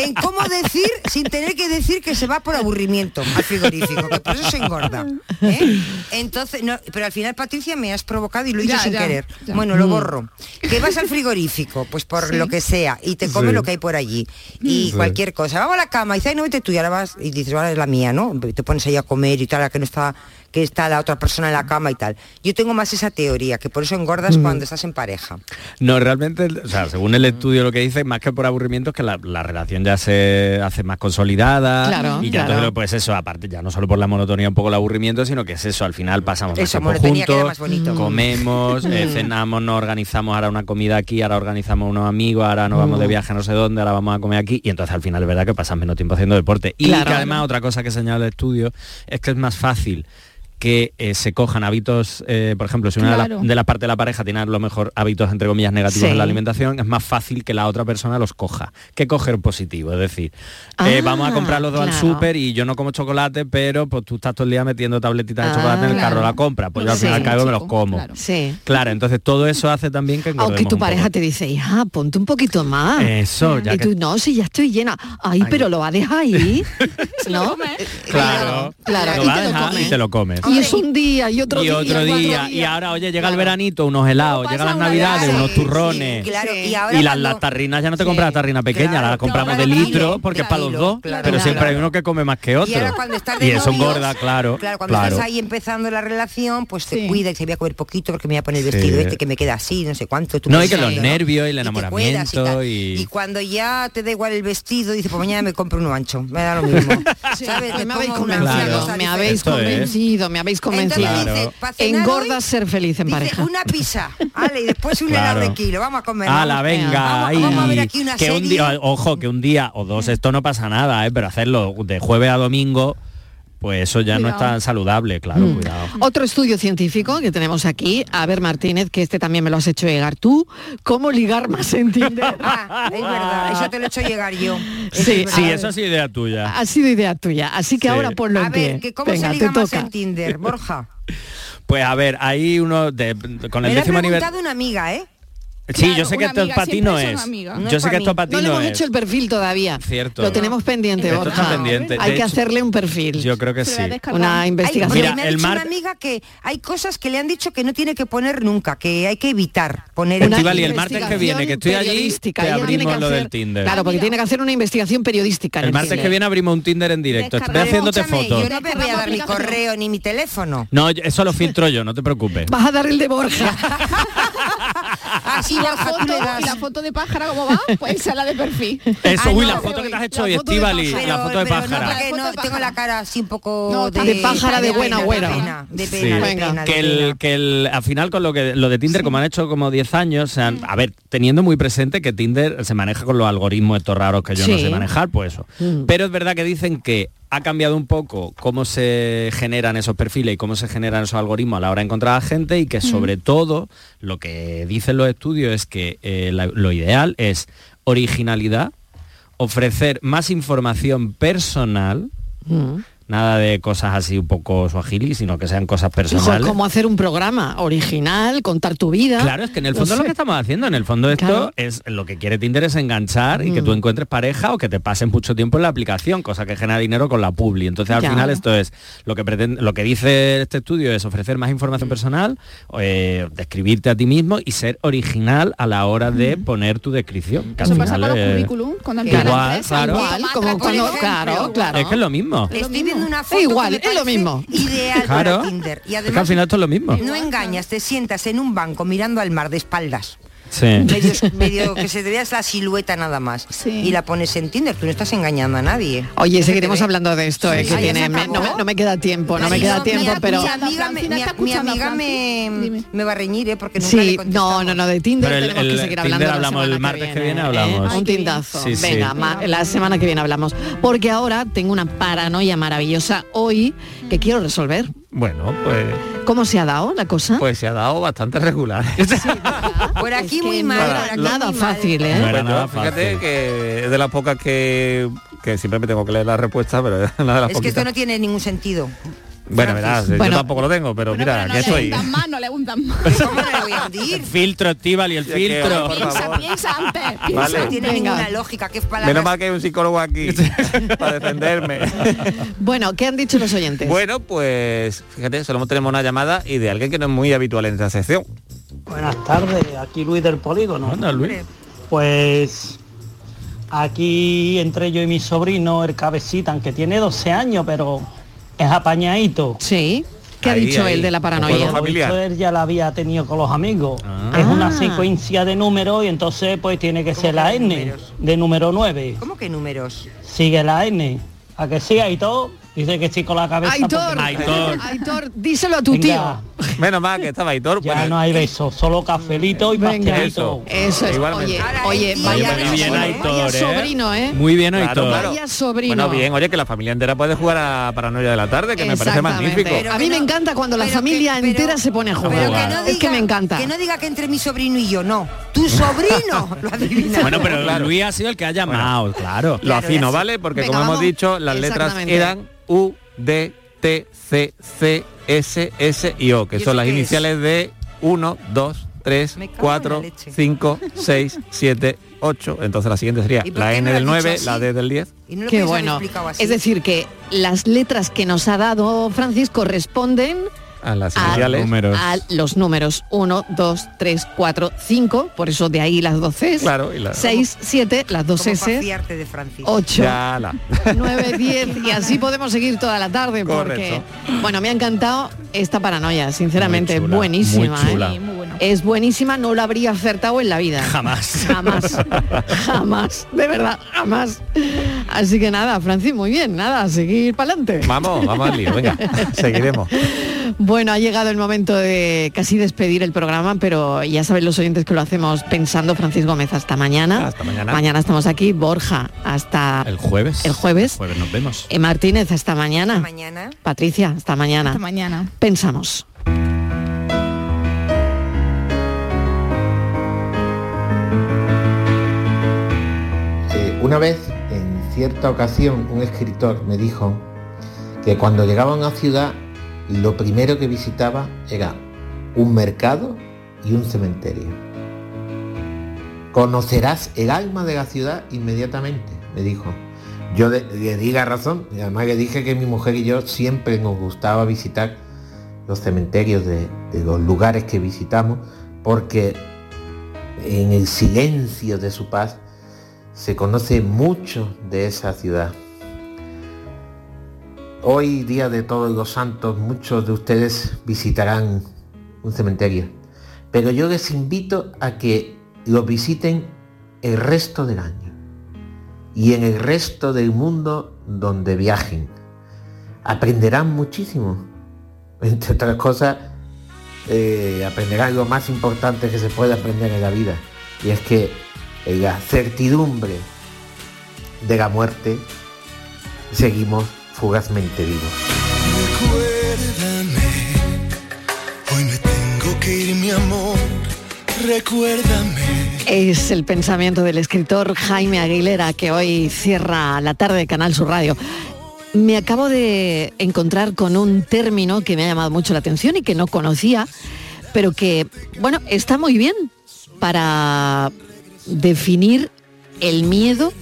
[SPEAKER 13] en cómo decir sin tener que decir que se va por aburrimiento al frigorífico, que por eso se
[SPEAKER 12] [LAUGHS]
[SPEAKER 13] engorda. ¿eh? Entonces, no, pero al final, Patricia, me has provocado y lo hice
[SPEAKER 18] Ya,
[SPEAKER 13] sin
[SPEAKER 18] ya,
[SPEAKER 13] querer.
[SPEAKER 18] ya.
[SPEAKER 13] Bueno, lo
[SPEAKER 18] Mm.
[SPEAKER 13] borro. Que vas al frigorífico, pues por
[SPEAKER 18] Sí.
[SPEAKER 13] lo que sea, y te comes
[SPEAKER 18] Sí.
[SPEAKER 13] lo que hay por allí. Y
[SPEAKER 18] Sí.
[SPEAKER 13] cualquier cosa. Vamos a la cama, y dices, "Ay, no vete tú, y ahora vas, y dices, ahora es la mía, ¿no? Y Te pones ahí a comer y tal, a que no está que está la otra persona en la cama y tal. Yo tengo más esa teoría, que por eso engordas
[SPEAKER 10] Mm.
[SPEAKER 13] cuando estás en pareja.
[SPEAKER 10] No, realmente, o sea, según el estudio lo que dice, más que por aburrimiento es que la, la relación ya se hace más consolidada.
[SPEAKER 13] Claro,
[SPEAKER 10] y ya
[SPEAKER 13] claro.
[SPEAKER 10] entonces, pues eso, aparte, ya no solo por la monotonía, un poco el aburrimiento, sino que es eso, al final pasamos más
[SPEAKER 13] Eso,
[SPEAKER 10] tiempo
[SPEAKER 13] monotonía queda
[SPEAKER 10] juntos,
[SPEAKER 13] más bonito.
[SPEAKER 10] comemos, eh,
[SPEAKER 13] Mm.
[SPEAKER 10] cenamos, nos organizamos ahora una comida aquí, ahora organizamos unos amigos, ahora nos vamos de Mm. viaje a no sé dónde, ahora vamos a comer aquí. Y entonces al final es verdad que pasas menos tiempo haciendo deporte. Y Claro. que además otra cosa que señala el estudio es que es más fácil que eh, se cojan hábitos, eh, por ejemplo, si una de la-
[SPEAKER 28] Claro.
[SPEAKER 10] de la parte de la pareja tiene a lo mejor hábitos, entre comillas, negativos
[SPEAKER 28] Sí.
[SPEAKER 10] en la alimentación, es más fácil que la otra persona los coja que coger positivo. Es decir, eh,
[SPEAKER 28] Ah,
[SPEAKER 10] vamos a comprar los dos al
[SPEAKER 28] claro.
[SPEAKER 10] súper y yo no como chocolate, pero pues tú estás todo el día metiendo tabletitas de chocolate en el carro de la compra, pues yo al
[SPEAKER 8] Ah, Sí,
[SPEAKER 10] final caigo y me los
[SPEAKER 8] chico,
[SPEAKER 10] como.
[SPEAKER 8] claro.
[SPEAKER 10] Claro.
[SPEAKER 8] Sí.
[SPEAKER 10] entonces todo eso hace también que engordemos
[SPEAKER 8] Aunque tu
[SPEAKER 10] un poco.
[SPEAKER 8] pareja te dice, hija, ponte un poquito más.
[SPEAKER 10] Eso, ya
[SPEAKER 8] y
[SPEAKER 10] que-
[SPEAKER 8] tú, no, si ya estoy llena. Ay,
[SPEAKER 10] Ay.
[SPEAKER 8] pero lo va a
[SPEAKER 10] [LAUGHS]
[SPEAKER 8] dejar ahí. ¿No?
[SPEAKER 10] Claro,
[SPEAKER 8] Claro,
[SPEAKER 10] lo
[SPEAKER 8] y
[SPEAKER 10] vas a
[SPEAKER 8] te lo
[SPEAKER 10] dejar
[SPEAKER 8] comes.
[SPEAKER 10] y te lo comes.
[SPEAKER 8] Y es un día y otro
[SPEAKER 10] y
[SPEAKER 8] día.
[SPEAKER 10] otro día, y ahora oye llega el veranito unos helados llega las navidades unos turrones
[SPEAKER 13] Claro, y ahora
[SPEAKER 10] y las,
[SPEAKER 13] cuando-
[SPEAKER 10] las tarrinas ya no te compras la tarrina pequeña la compramos de litro porque es para los dos pero siempre hay uno que come más que otro
[SPEAKER 13] Y ahora cuando estás de
[SPEAKER 10] Y eso
[SPEAKER 13] novios,
[SPEAKER 10] engorda claro
[SPEAKER 13] Claro,
[SPEAKER 10] claro,
[SPEAKER 13] cuando estás ahí empezando la relación, pues te cuida y se voy a comer poquito porque me voy a poner el
[SPEAKER 10] Sí.
[SPEAKER 13] vestido este que me queda así, no sé cuánto. tú
[SPEAKER 10] no
[SPEAKER 13] me
[SPEAKER 10] hay que los
[SPEAKER 13] sabes, ¿no?
[SPEAKER 10] nervios y el
[SPEAKER 13] cuidas y
[SPEAKER 10] enamoramiento
[SPEAKER 13] tal.
[SPEAKER 10] y,
[SPEAKER 13] Y cuando ya te da igual el vestido, dices, pues mañana me compro uno ancho, me da
[SPEAKER 10] [LAUGHS]
[SPEAKER 13] lo mismo. ¿Sabes?
[SPEAKER 8] me
[SPEAKER 13] Le
[SPEAKER 8] habéis
[SPEAKER 13] pongo una-
[SPEAKER 8] convencido,
[SPEAKER 13] una cosa
[SPEAKER 8] me
[SPEAKER 13] diferente.
[SPEAKER 8] habéis convencido, me habéis convencido.
[SPEAKER 13] Entonces dice, pa' cenar
[SPEAKER 8] Engorda ser feliz en
[SPEAKER 13] Dice,
[SPEAKER 8] pareja.
[SPEAKER 13] una pizza, Ale, y después un
[SPEAKER 10] Claro.
[SPEAKER 13] helado de kilo, vamos a comer.
[SPEAKER 10] Ala,
[SPEAKER 13] vamos-
[SPEAKER 10] venga,
[SPEAKER 13] vamos-
[SPEAKER 10] ahí.
[SPEAKER 13] vamos a ver aquí una
[SPEAKER 10] que un
[SPEAKER 13] serie.
[SPEAKER 10] día, ojo, que un día o dos esto no pasa nada, ¿eh? pero hacerlo de jueves a domingo, pues eso ya no es
[SPEAKER 8] Cuidado.
[SPEAKER 10] tan saludable, claro,
[SPEAKER 13] Mm.
[SPEAKER 10] cuidado.
[SPEAKER 8] Otro estudio científico que tenemos aquí, a ver Martínez, que este también me lo has hecho llegar tú, ¿cómo ligar más en Tinder?
[SPEAKER 13] [LAUGHS] Ah, es verdad, eso te lo he hecho llegar yo.
[SPEAKER 8] Sí,
[SPEAKER 10] Sí,
[SPEAKER 8] a-
[SPEAKER 10] eso sí idea tuya.
[SPEAKER 8] ha sido idea tuya, así que
[SPEAKER 10] Sí.
[SPEAKER 8] ahora ponlo en
[SPEAKER 13] A
[SPEAKER 8] pie.
[SPEAKER 13] ver, que ¿cómo
[SPEAKER 8] Venga,
[SPEAKER 13] se liga
[SPEAKER 8] te
[SPEAKER 13] más
[SPEAKER 8] toca.
[SPEAKER 13] en Tinder,
[SPEAKER 10] [LAUGHS]
[SPEAKER 13] Borja?
[SPEAKER 10] Pues a ver, hay uno de, con
[SPEAKER 13] Me
[SPEAKER 10] el
[SPEAKER 13] lo ha
[SPEAKER 10] décimo nivel.
[SPEAKER 13] preguntado una amiga, ¿eh?
[SPEAKER 10] Sí, yo sé que esto para ti no es. Yo sé que esto para ti
[SPEAKER 8] No le
[SPEAKER 10] no
[SPEAKER 8] hemos
[SPEAKER 10] es.
[SPEAKER 8] hecho el perfil todavía.
[SPEAKER 10] Cierto.
[SPEAKER 8] Lo tenemos pendiente,
[SPEAKER 10] Esto
[SPEAKER 8] Borja.
[SPEAKER 10] está pendiente.
[SPEAKER 8] Hay
[SPEAKER 10] De
[SPEAKER 8] que
[SPEAKER 10] hecho-
[SPEAKER 8] hacerle un perfil.
[SPEAKER 10] Yo creo que sí.
[SPEAKER 8] Una investigación.
[SPEAKER 13] Mira,
[SPEAKER 10] Mira,
[SPEAKER 13] me ha
[SPEAKER 10] el
[SPEAKER 13] dicho
[SPEAKER 10] mar-
[SPEAKER 13] una amiga que hay cosas que le han dicho que no tiene que poner nunca, que hay que evitar poner en-
[SPEAKER 10] Estivali, el martes que viene, que estoy allí,
[SPEAKER 8] periodística.
[SPEAKER 10] te
[SPEAKER 8] Ella tiene
[SPEAKER 10] abrimos
[SPEAKER 8] que
[SPEAKER 10] lo del
[SPEAKER 8] hacer-
[SPEAKER 10] Tinder.
[SPEAKER 8] Claro, porque tiene que hacer una investigación periodística. en
[SPEAKER 10] Eh, El martes
[SPEAKER 8] Tinder.
[SPEAKER 10] que viene abrimos un Tinder en directo. Estoy haciéndote
[SPEAKER 13] Escúchame,
[SPEAKER 10] fotos.
[SPEAKER 13] Yo no me voy a dar mi correo ni mi teléfono.
[SPEAKER 10] No, yo- eso lo filtro yo, no te preocupes.
[SPEAKER 8] Vas a dar el de Borja.
[SPEAKER 13] Ah, sí,
[SPEAKER 12] ¿Y la,
[SPEAKER 13] Borja, [LAUGHS] tú
[SPEAKER 12] foto,
[SPEAKER 13] le das.
[SPEAKER 12] y la foto de pájara cómo va? Pues esa es la de perfil.
[SPEAKER 10] Eso,
[SPEAKER 13] Ah,
[SPEAKER 10] uy, Ah, la foto que te has hecho hoy, Estivali, la foto de
[SPEAKER 13] pero No,
[SPEAKER 10] pájara.
[SPEAKER 13] porque no, tengo la cara así un poco
[SPEAKER 8] No,
[SPEAKER 13] de,
[SPEAKER 8] de pájara de buen
[SPEAKER 13] buena
[SPEAKER 8] agüero.
[SPEAKER 13] De pena, de
[SPEAKER 10] Sí.
[SPEAKER 13] pena, de pena, de
[SPEAKER 10] que el, que el, al final con lo que lo de Tinder como han hecho como 10 años se
[SPEAKER 13] Mm.
[SPEAKER 10] han- a ver teniendo muy presente que Tinder se maneja con los algoritmos estos raros que yo no
[SPEAKER 28] Sí.
[SPEAKER 10] sé manejar pues eso
[SPEAKER 13] Mm.
[SPEAKER 10] pero es verdad que dicen que ha cambiado un poco cómo se generan esos perfiles y cómo se generan esos algoritmos a la hora de encontrar a gente
[SPEAKER 13] Mm.
[SPEAKER 10] y que sobre todo lo que dicen los estudios es que eh, la- lo ideal es
[SPEAKER 12] Mm.
[SPEAKER 10] originalidad ofrecer más información personal Nada de cosas así un poco suajili, sino que sean cosas
[SPEAKER 8] Eso es
[SPEAKER 10] personales.
[SPEAKER 8] como hacer un programa original, contar tu vida. Pues
[SPEAKER 10] Claro, es que en el
[SPEAKER 8] No
[SPEAKER 10] fondo es lo
[SPEAKER 8] sé.
[SPEAKER 10] que estamos haciendo, en el fondo esto
[SPEAKER 8] Claro.
[SPEAKER 10] es lo que quiere Tinder es enganchar y que
[SPEAKER 8] Mm.
[SPEAKER 10] tú encuentres pareja o que te pasen mucho tiempo en la aplicación, cosa que genera dinero con la publi. Entonces al
[SPEAKER 18] Ya.
[SPEAKER 10] final esto es lo que pretende, lo que dice este estudio es ofrecer más
[SPEAKER 8] Mm.
[SPEAKER 10] información personal, eh, describirte a ti mismo y ser original a la hora de
[SPEAKER 8] Mm.
[SPEAKER 10] poner tu descripción. que al
[SPEAKER 12] Eso pasa
[SPEAKER 10] final
[SPEAKER 12] para los
[SPEAKER 10] es-
[SPEAKER 12] currículum, cuando
[SPEAKER 10] Igual,
[SPEAKER 12] empiezan la empresa,
[SPEAKER 10] claro.
[SPEAKER 12] igual,
[SPEAKER 8] Igual, como cuando- claro, claro.
[SPEAKER 10] Es que es lo mismo.
[SPEAKER 13] Estoy viendo una foto
[SPEAKER 8] igual,
[SPEAKER 13] que me
[SPEAKER 8] es lo
[SPEAKER 13] parece
[SPEAKER 8] mismo.
[SPEAKER 13] ideal
[SPEAKER 10] Claro.
[SPEAKER 13] para Tinder. Y
[SPEAKER 10] Es que
[SPEAKER 13] además
[SPEAKER 10] al final esto es lo mismo.
[SPEAKER 13] No engañas, te sientas en un banco mirando al mar de espaldas.
[SPEAKER 10] Sí. [LAUGHS]
[SPEAKER 13] Medio, medio que se te veas la silueta nada más. Y la pones en Tinder, tú no estás engañando a nadie.
[SPEAKER 8] Oye, seguiremos hablando de esto, eh,
[SPEAKER 13] Sí.
[SPEAKER 8] que
[SPEAKER 13] Ah, ya se
[SPEAKER 8] tiene- me-
[SPEAKER 13] acabó.
[SPEAKER 8] no, me, no me queda tiempo, no me
[SPEAKER 13] Sí,
[SPEAKER 8] queda tiempo,
[SPEAKER 13] mi-
[SPEAKER 8] pero...
[SPEAKER 13] Mi amiga, me,
[SPEAKER 12] Francina,
[SPEAKER 13] mi-
[SPEAKER 12] está
[SPEAKER 13] mi
[SPEAKER 12] escuchando,
[SPEAKER 13] amiga me, me va a reñir, ¿eh? porque nunca
[SPEAKER 8] Sí,
[SPEAKER 13] le conté.
[SPEAKER 8] no, no, no, de Tinder
[SPEAKER 10] Pero el-
[SPEAKER 8] tenemos
[SPEAKER 10] el
[SPEAKER 8] que seguir
[SPEAKER 10] Tinder
[SPEAKER 8] hablando la
[SPEAKER 10] hablamos el
[SPEAKER 8] semana
[SPEAKER 10] martes que viene,
[SPEAKER 8] ¿eh?
[SPEAKER 10] hablamos.
[SPEAKER 13] Ah,
[SPEAKER 8] Un
[SPEAKER 10] Ay,
[SPEAKER 8] tintazo.
[SPEAKER 10] Sí, sí.
[SPEAKER 8] Venga, ma- la semana que viene hablamos. Porque ahora tengo una paranoia maravillosa hoy que quiero resolver.
[SPEAKER 18] Bueno, pues,
[SPEAKER 8] ¿Cómo se ha dado la cosa?
[SPEAKER 18] pues se ha dado bastante [LAUGHS] regular.
[SPEAKER 13] Por aquí muy
[SPEAKER 8] no
[SPEAKER 13] mal,
[SPEAKER 8] era
[SPEAKER 13] por aquí
[SPEAKER 8] nada
[SPEAKER 13] muy Pues mal.
[SPEAKER 8] fácil, ¿eh?
[SPEAKER 18] Bueno, fíjate que es de las pocas que, que siempre me tengo que leer la respuesta, pero es una de las
[SPEAKER 13] Es que
[SPEAKER 18] poquitas.
[SPEAKER 13] esto no tiene ningún sentido.
[SPEAKER 18] Bueno, verás,
[SPEAKER 8] Bueno.
[SPEAKER 18] yo tampoco lo tengo, pero mira, aquí
[SPEAKER 12] no le
[SPEAKER 18] estoy.
[SPEAKER 12] hundan más, no le hundan más.
[SPEAKER 10] filtro Estival y el
[SPEAKER 18] que,
[SPEAKER 10] filtro.
[SPEAKER 18] por favor. [LAUGHS]
[SPEAKER 12] Piensa, piensa antes.
[SPEAKER 18] Vale.
[SPEAKER 12] piensa.
[SPEAKER 13] No tiene
[SPEAKER 8] Venga.
[SPEAKER 13] ninguna lógica, qué palabras.
[SPEAKER 18] Menos mal que hay un psicólogo aquí para defenderme.
[SPEAKER 10] [LAUGHS] Pues
[SPEAKER 8] Bueno, ¿qué han dicho los oyentes?
[SPEAKER 18] Bueno, pues fíjate, solo tenemos una llamada y de alguien que no es muy habitual en esta sección.
[SPEAKER 28] Buenas tardes, aquí Luis del Polígono. Pues aquí entre yo y mi sobrino, el cabecita, aunque tiene 12 años, pero es apañadito.
[SPEAKER 8] Sí. ¿Qué ha Ahí, dicho ahí, él de la un paranoia? juego familiar.
[SPEAKER 28] Lo dicho, él ya la había tenido con los amigos. Es
[SPEAKER 8] Ah.
[SPEAKER 28] una secuencia de números y entonces pues tiene que ser la N de número 9.
[SPEAKER 13] ¿Cómo que números?
[SPEAKER 28] Sigue la N. A que sí, Aitor. Dice que sí con la
[SPEAKER 10] pues,
[SPEAKER 28] cabeza.
[SPEAKER 8] Aitor,
[SPEAKER 28] porque-
[SPEAKER 8] Aitor, díselo a tu tío.
[SPEAKER 18] [LAUGHS] Menos mal que estaba Aitor.
[SPEAKER 28] Ya no hay besos, solo cafelito y
[SPEAKER 8] Venga.
[SPEAKER 28] pastelito.
[SPEAKER 8] Eso es. Oye, oye, vaya,
[SPEAKER 18] Muy bien,
[SPEAKER 8] vaya
[SPEAKER 18] Aitor, ¿eh?
[SPEAKER 8] sobrino, ¿eh?
[SPEAKER 18] Muy bien, Aitor.
[SPEAKER 8] Vaya sobrino.
[SPEAKER 18] Bueno, bien, oye, que la familia entera puede jugar a Paranoia de la Tarde, que me parece
[SPEAKER 8] Exactamente.
[SPEAKER 18] magnífico.
[SPEAKER 8] a mí me encanta cuando la familia entera se pone a jugar.
[SPEAKER 18] pero que no
[SPEAKER 8] es que me encanta.
[SPEAKER 13] Que no diga que entre mi sobrino y yo, no.
[SPEAKER 8] [LAUGHS]
[SPEAKER 13] Tu sobrino lo
[SPEAKER 10] [LAUGHS]
[SPEAKER 13] adivina.
[SPEAKER 10] Bueno, pero Luis ha sido el que ha llamado, claro.
[SPEAKER 18] Lo afino, ¿vale? Porque
[SPEAKER 13] Venga,
[SPEAKER 18] como
[SPEAKER 13] vamos.
[SPEAKER 18] hemos dicho, las letras
[SPEAKER 13] Exactamente.
[SPEAKER 18] eran U, D, T, C, C, S, S y O, que son las iniciales de 1, 2, 3, 4, 5,
[SPEAKER 8] [LAUGHS]
[SPEAKER 18] 6, 7, 8. Entonces la siguiente sería la N del 9, la D del 10.
[SPEAKER 8] Qué bueno. Es decir, que las letras que nos ha dado Francis corresponden
[SPEAKER 18] A las
[SPEAKER 8] a,
[SPEAKER 18] iniciales.
[SPEAKER 8] a los números 1, 2, 3, 4, 5, por eso de ahí las 12,
[SPEAKER 18] Claro, y la-
[SPEAKER 8] 6, 7, las dos
[SPEAKER 13] Como para
[SPEAKER 8] S,
[SPEAKER 13] fiarte de Francis.
[SPEAKER 8] 8,
[SPEAKER 18] Ya la. [LAUGHS]
[SPEAKER 8] 9, 10 y así podemos seguir toda la tarde porque, bueno, me ha encantado esta paranoia, sinceramente,
[SPEAKER 10] Muy chula,
[SPEAKER 8] buenísima.
[SPEAKER 10] muy chula.
[SPEAKER 8] ¿eh? Es buenísima, no la habría acertado en la vida.
[SPEAKER 10] Jamás.
[SPEAKER 8] Jamás, jamás, [LAUGHS] de verdad, jamás. Así que nada, Francis, muy bien, nada, a seguir para adelante.
[SPEAKER 18] Vamos, vamos al
[SPEAKER 8] [LAUGHS]
[SPEAKER 18] lío, venga, seguiremos.
[SPEAKER 8] Bueno, ha llegado el momento de casi despedir el programa, pero ya saben los oyentes que lo hacemos pensando. Francis Gómez, hasta mañana. Hasta
[SPEAKER 10] mañana.
[SPEAKER 8] Mañana estamos aquí. Borja, hasta
[SPEAKER 10] El jueves.
[SPEAKER 8] El jueves.
[SPEAKER 10] Jueves nos vemos.
[SPEAKER 8] Eh, Martínez, hasta mañana. mañana. Patricia, hasta mañana.
[SPEAKER 12] Hasta mañana.
[SPEAKER 8] Pensamos.
[SPEAKER 29] Eh, una vez, en cierta ocasión, un escritor me dijo que cuando llegaba a una ciudad, lo primero que visitaba era un mercado y un cementerio. Conocerás el alma de la ciudad inmediatamente, me dijo. Yo de- le di la razón, y además le dije que mi mujer y yo siempre nos gustaba visitar los cementerios de- de los lugares que visitamos, porque en el silencio de su paz se conoce mucho de esa ciudad. Hoy, día de todos los santos, muchos de ustedes visitarán un cementerio, pero yo les invito a que lo visiten el resto del año y en el resto del mundo donde viajen. Aprenderán muchísimo, [LAUGHS] entre otras cosas, eh, aprenderán lo más importante que se puede aprender en la vida, y es que en la certidumbre de la muerte, seguimos fugazmente vivos.
[SPEAKER 30] Recuérdame, hoy me tengo que ir mi amor, recuérdame.
[SPEAKER 8] Es el pensamiento del escritor Jaime Aguilera que hoy cierra la tarde de Canal Sur Radio. me acabo de encontrar con un término que me ha llamado mucho la atención y que no conocía, pero que, bueno, está muy bien para definir el miedo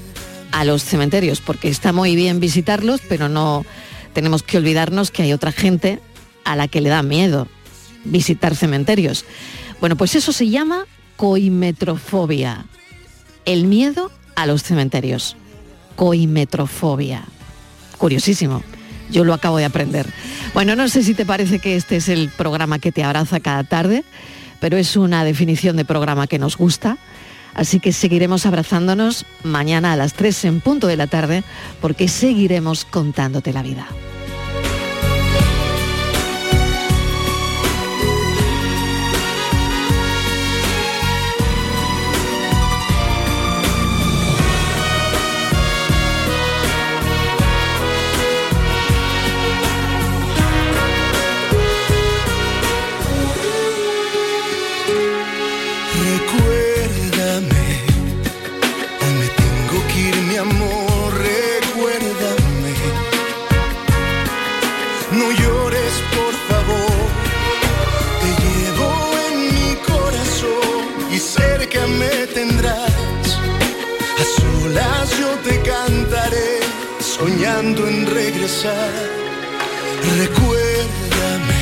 [SPEAKER 8] a los cementerios, porque está muy bien visitarlos, pero no tenemos que olvidarnos que hay otra gente a la que le da miedo visitar cementerios. Bueno, pues eso se llama coimetrofobia, el miedo a los cementerios. Coimetrofobia. Curiosísimo. Yo lo acabo de aprender. Bueno, no sé si te parece que este es el programa que te abraza cada tarde, pero es una definición de programa que nos gusta. Así que seguiremos abrazándonos mañana a las 3 en punto de la tarde porque seguiremos contándote la vida.
[SPEAKER 30] Recuérdame, hoy me tengo que ir, mi amor, recuérdame. No llores, por favor, te llevo en mi corazón y cerca me tendrás. A solas yo te cantaré, soñando en regresar. Recuérdame.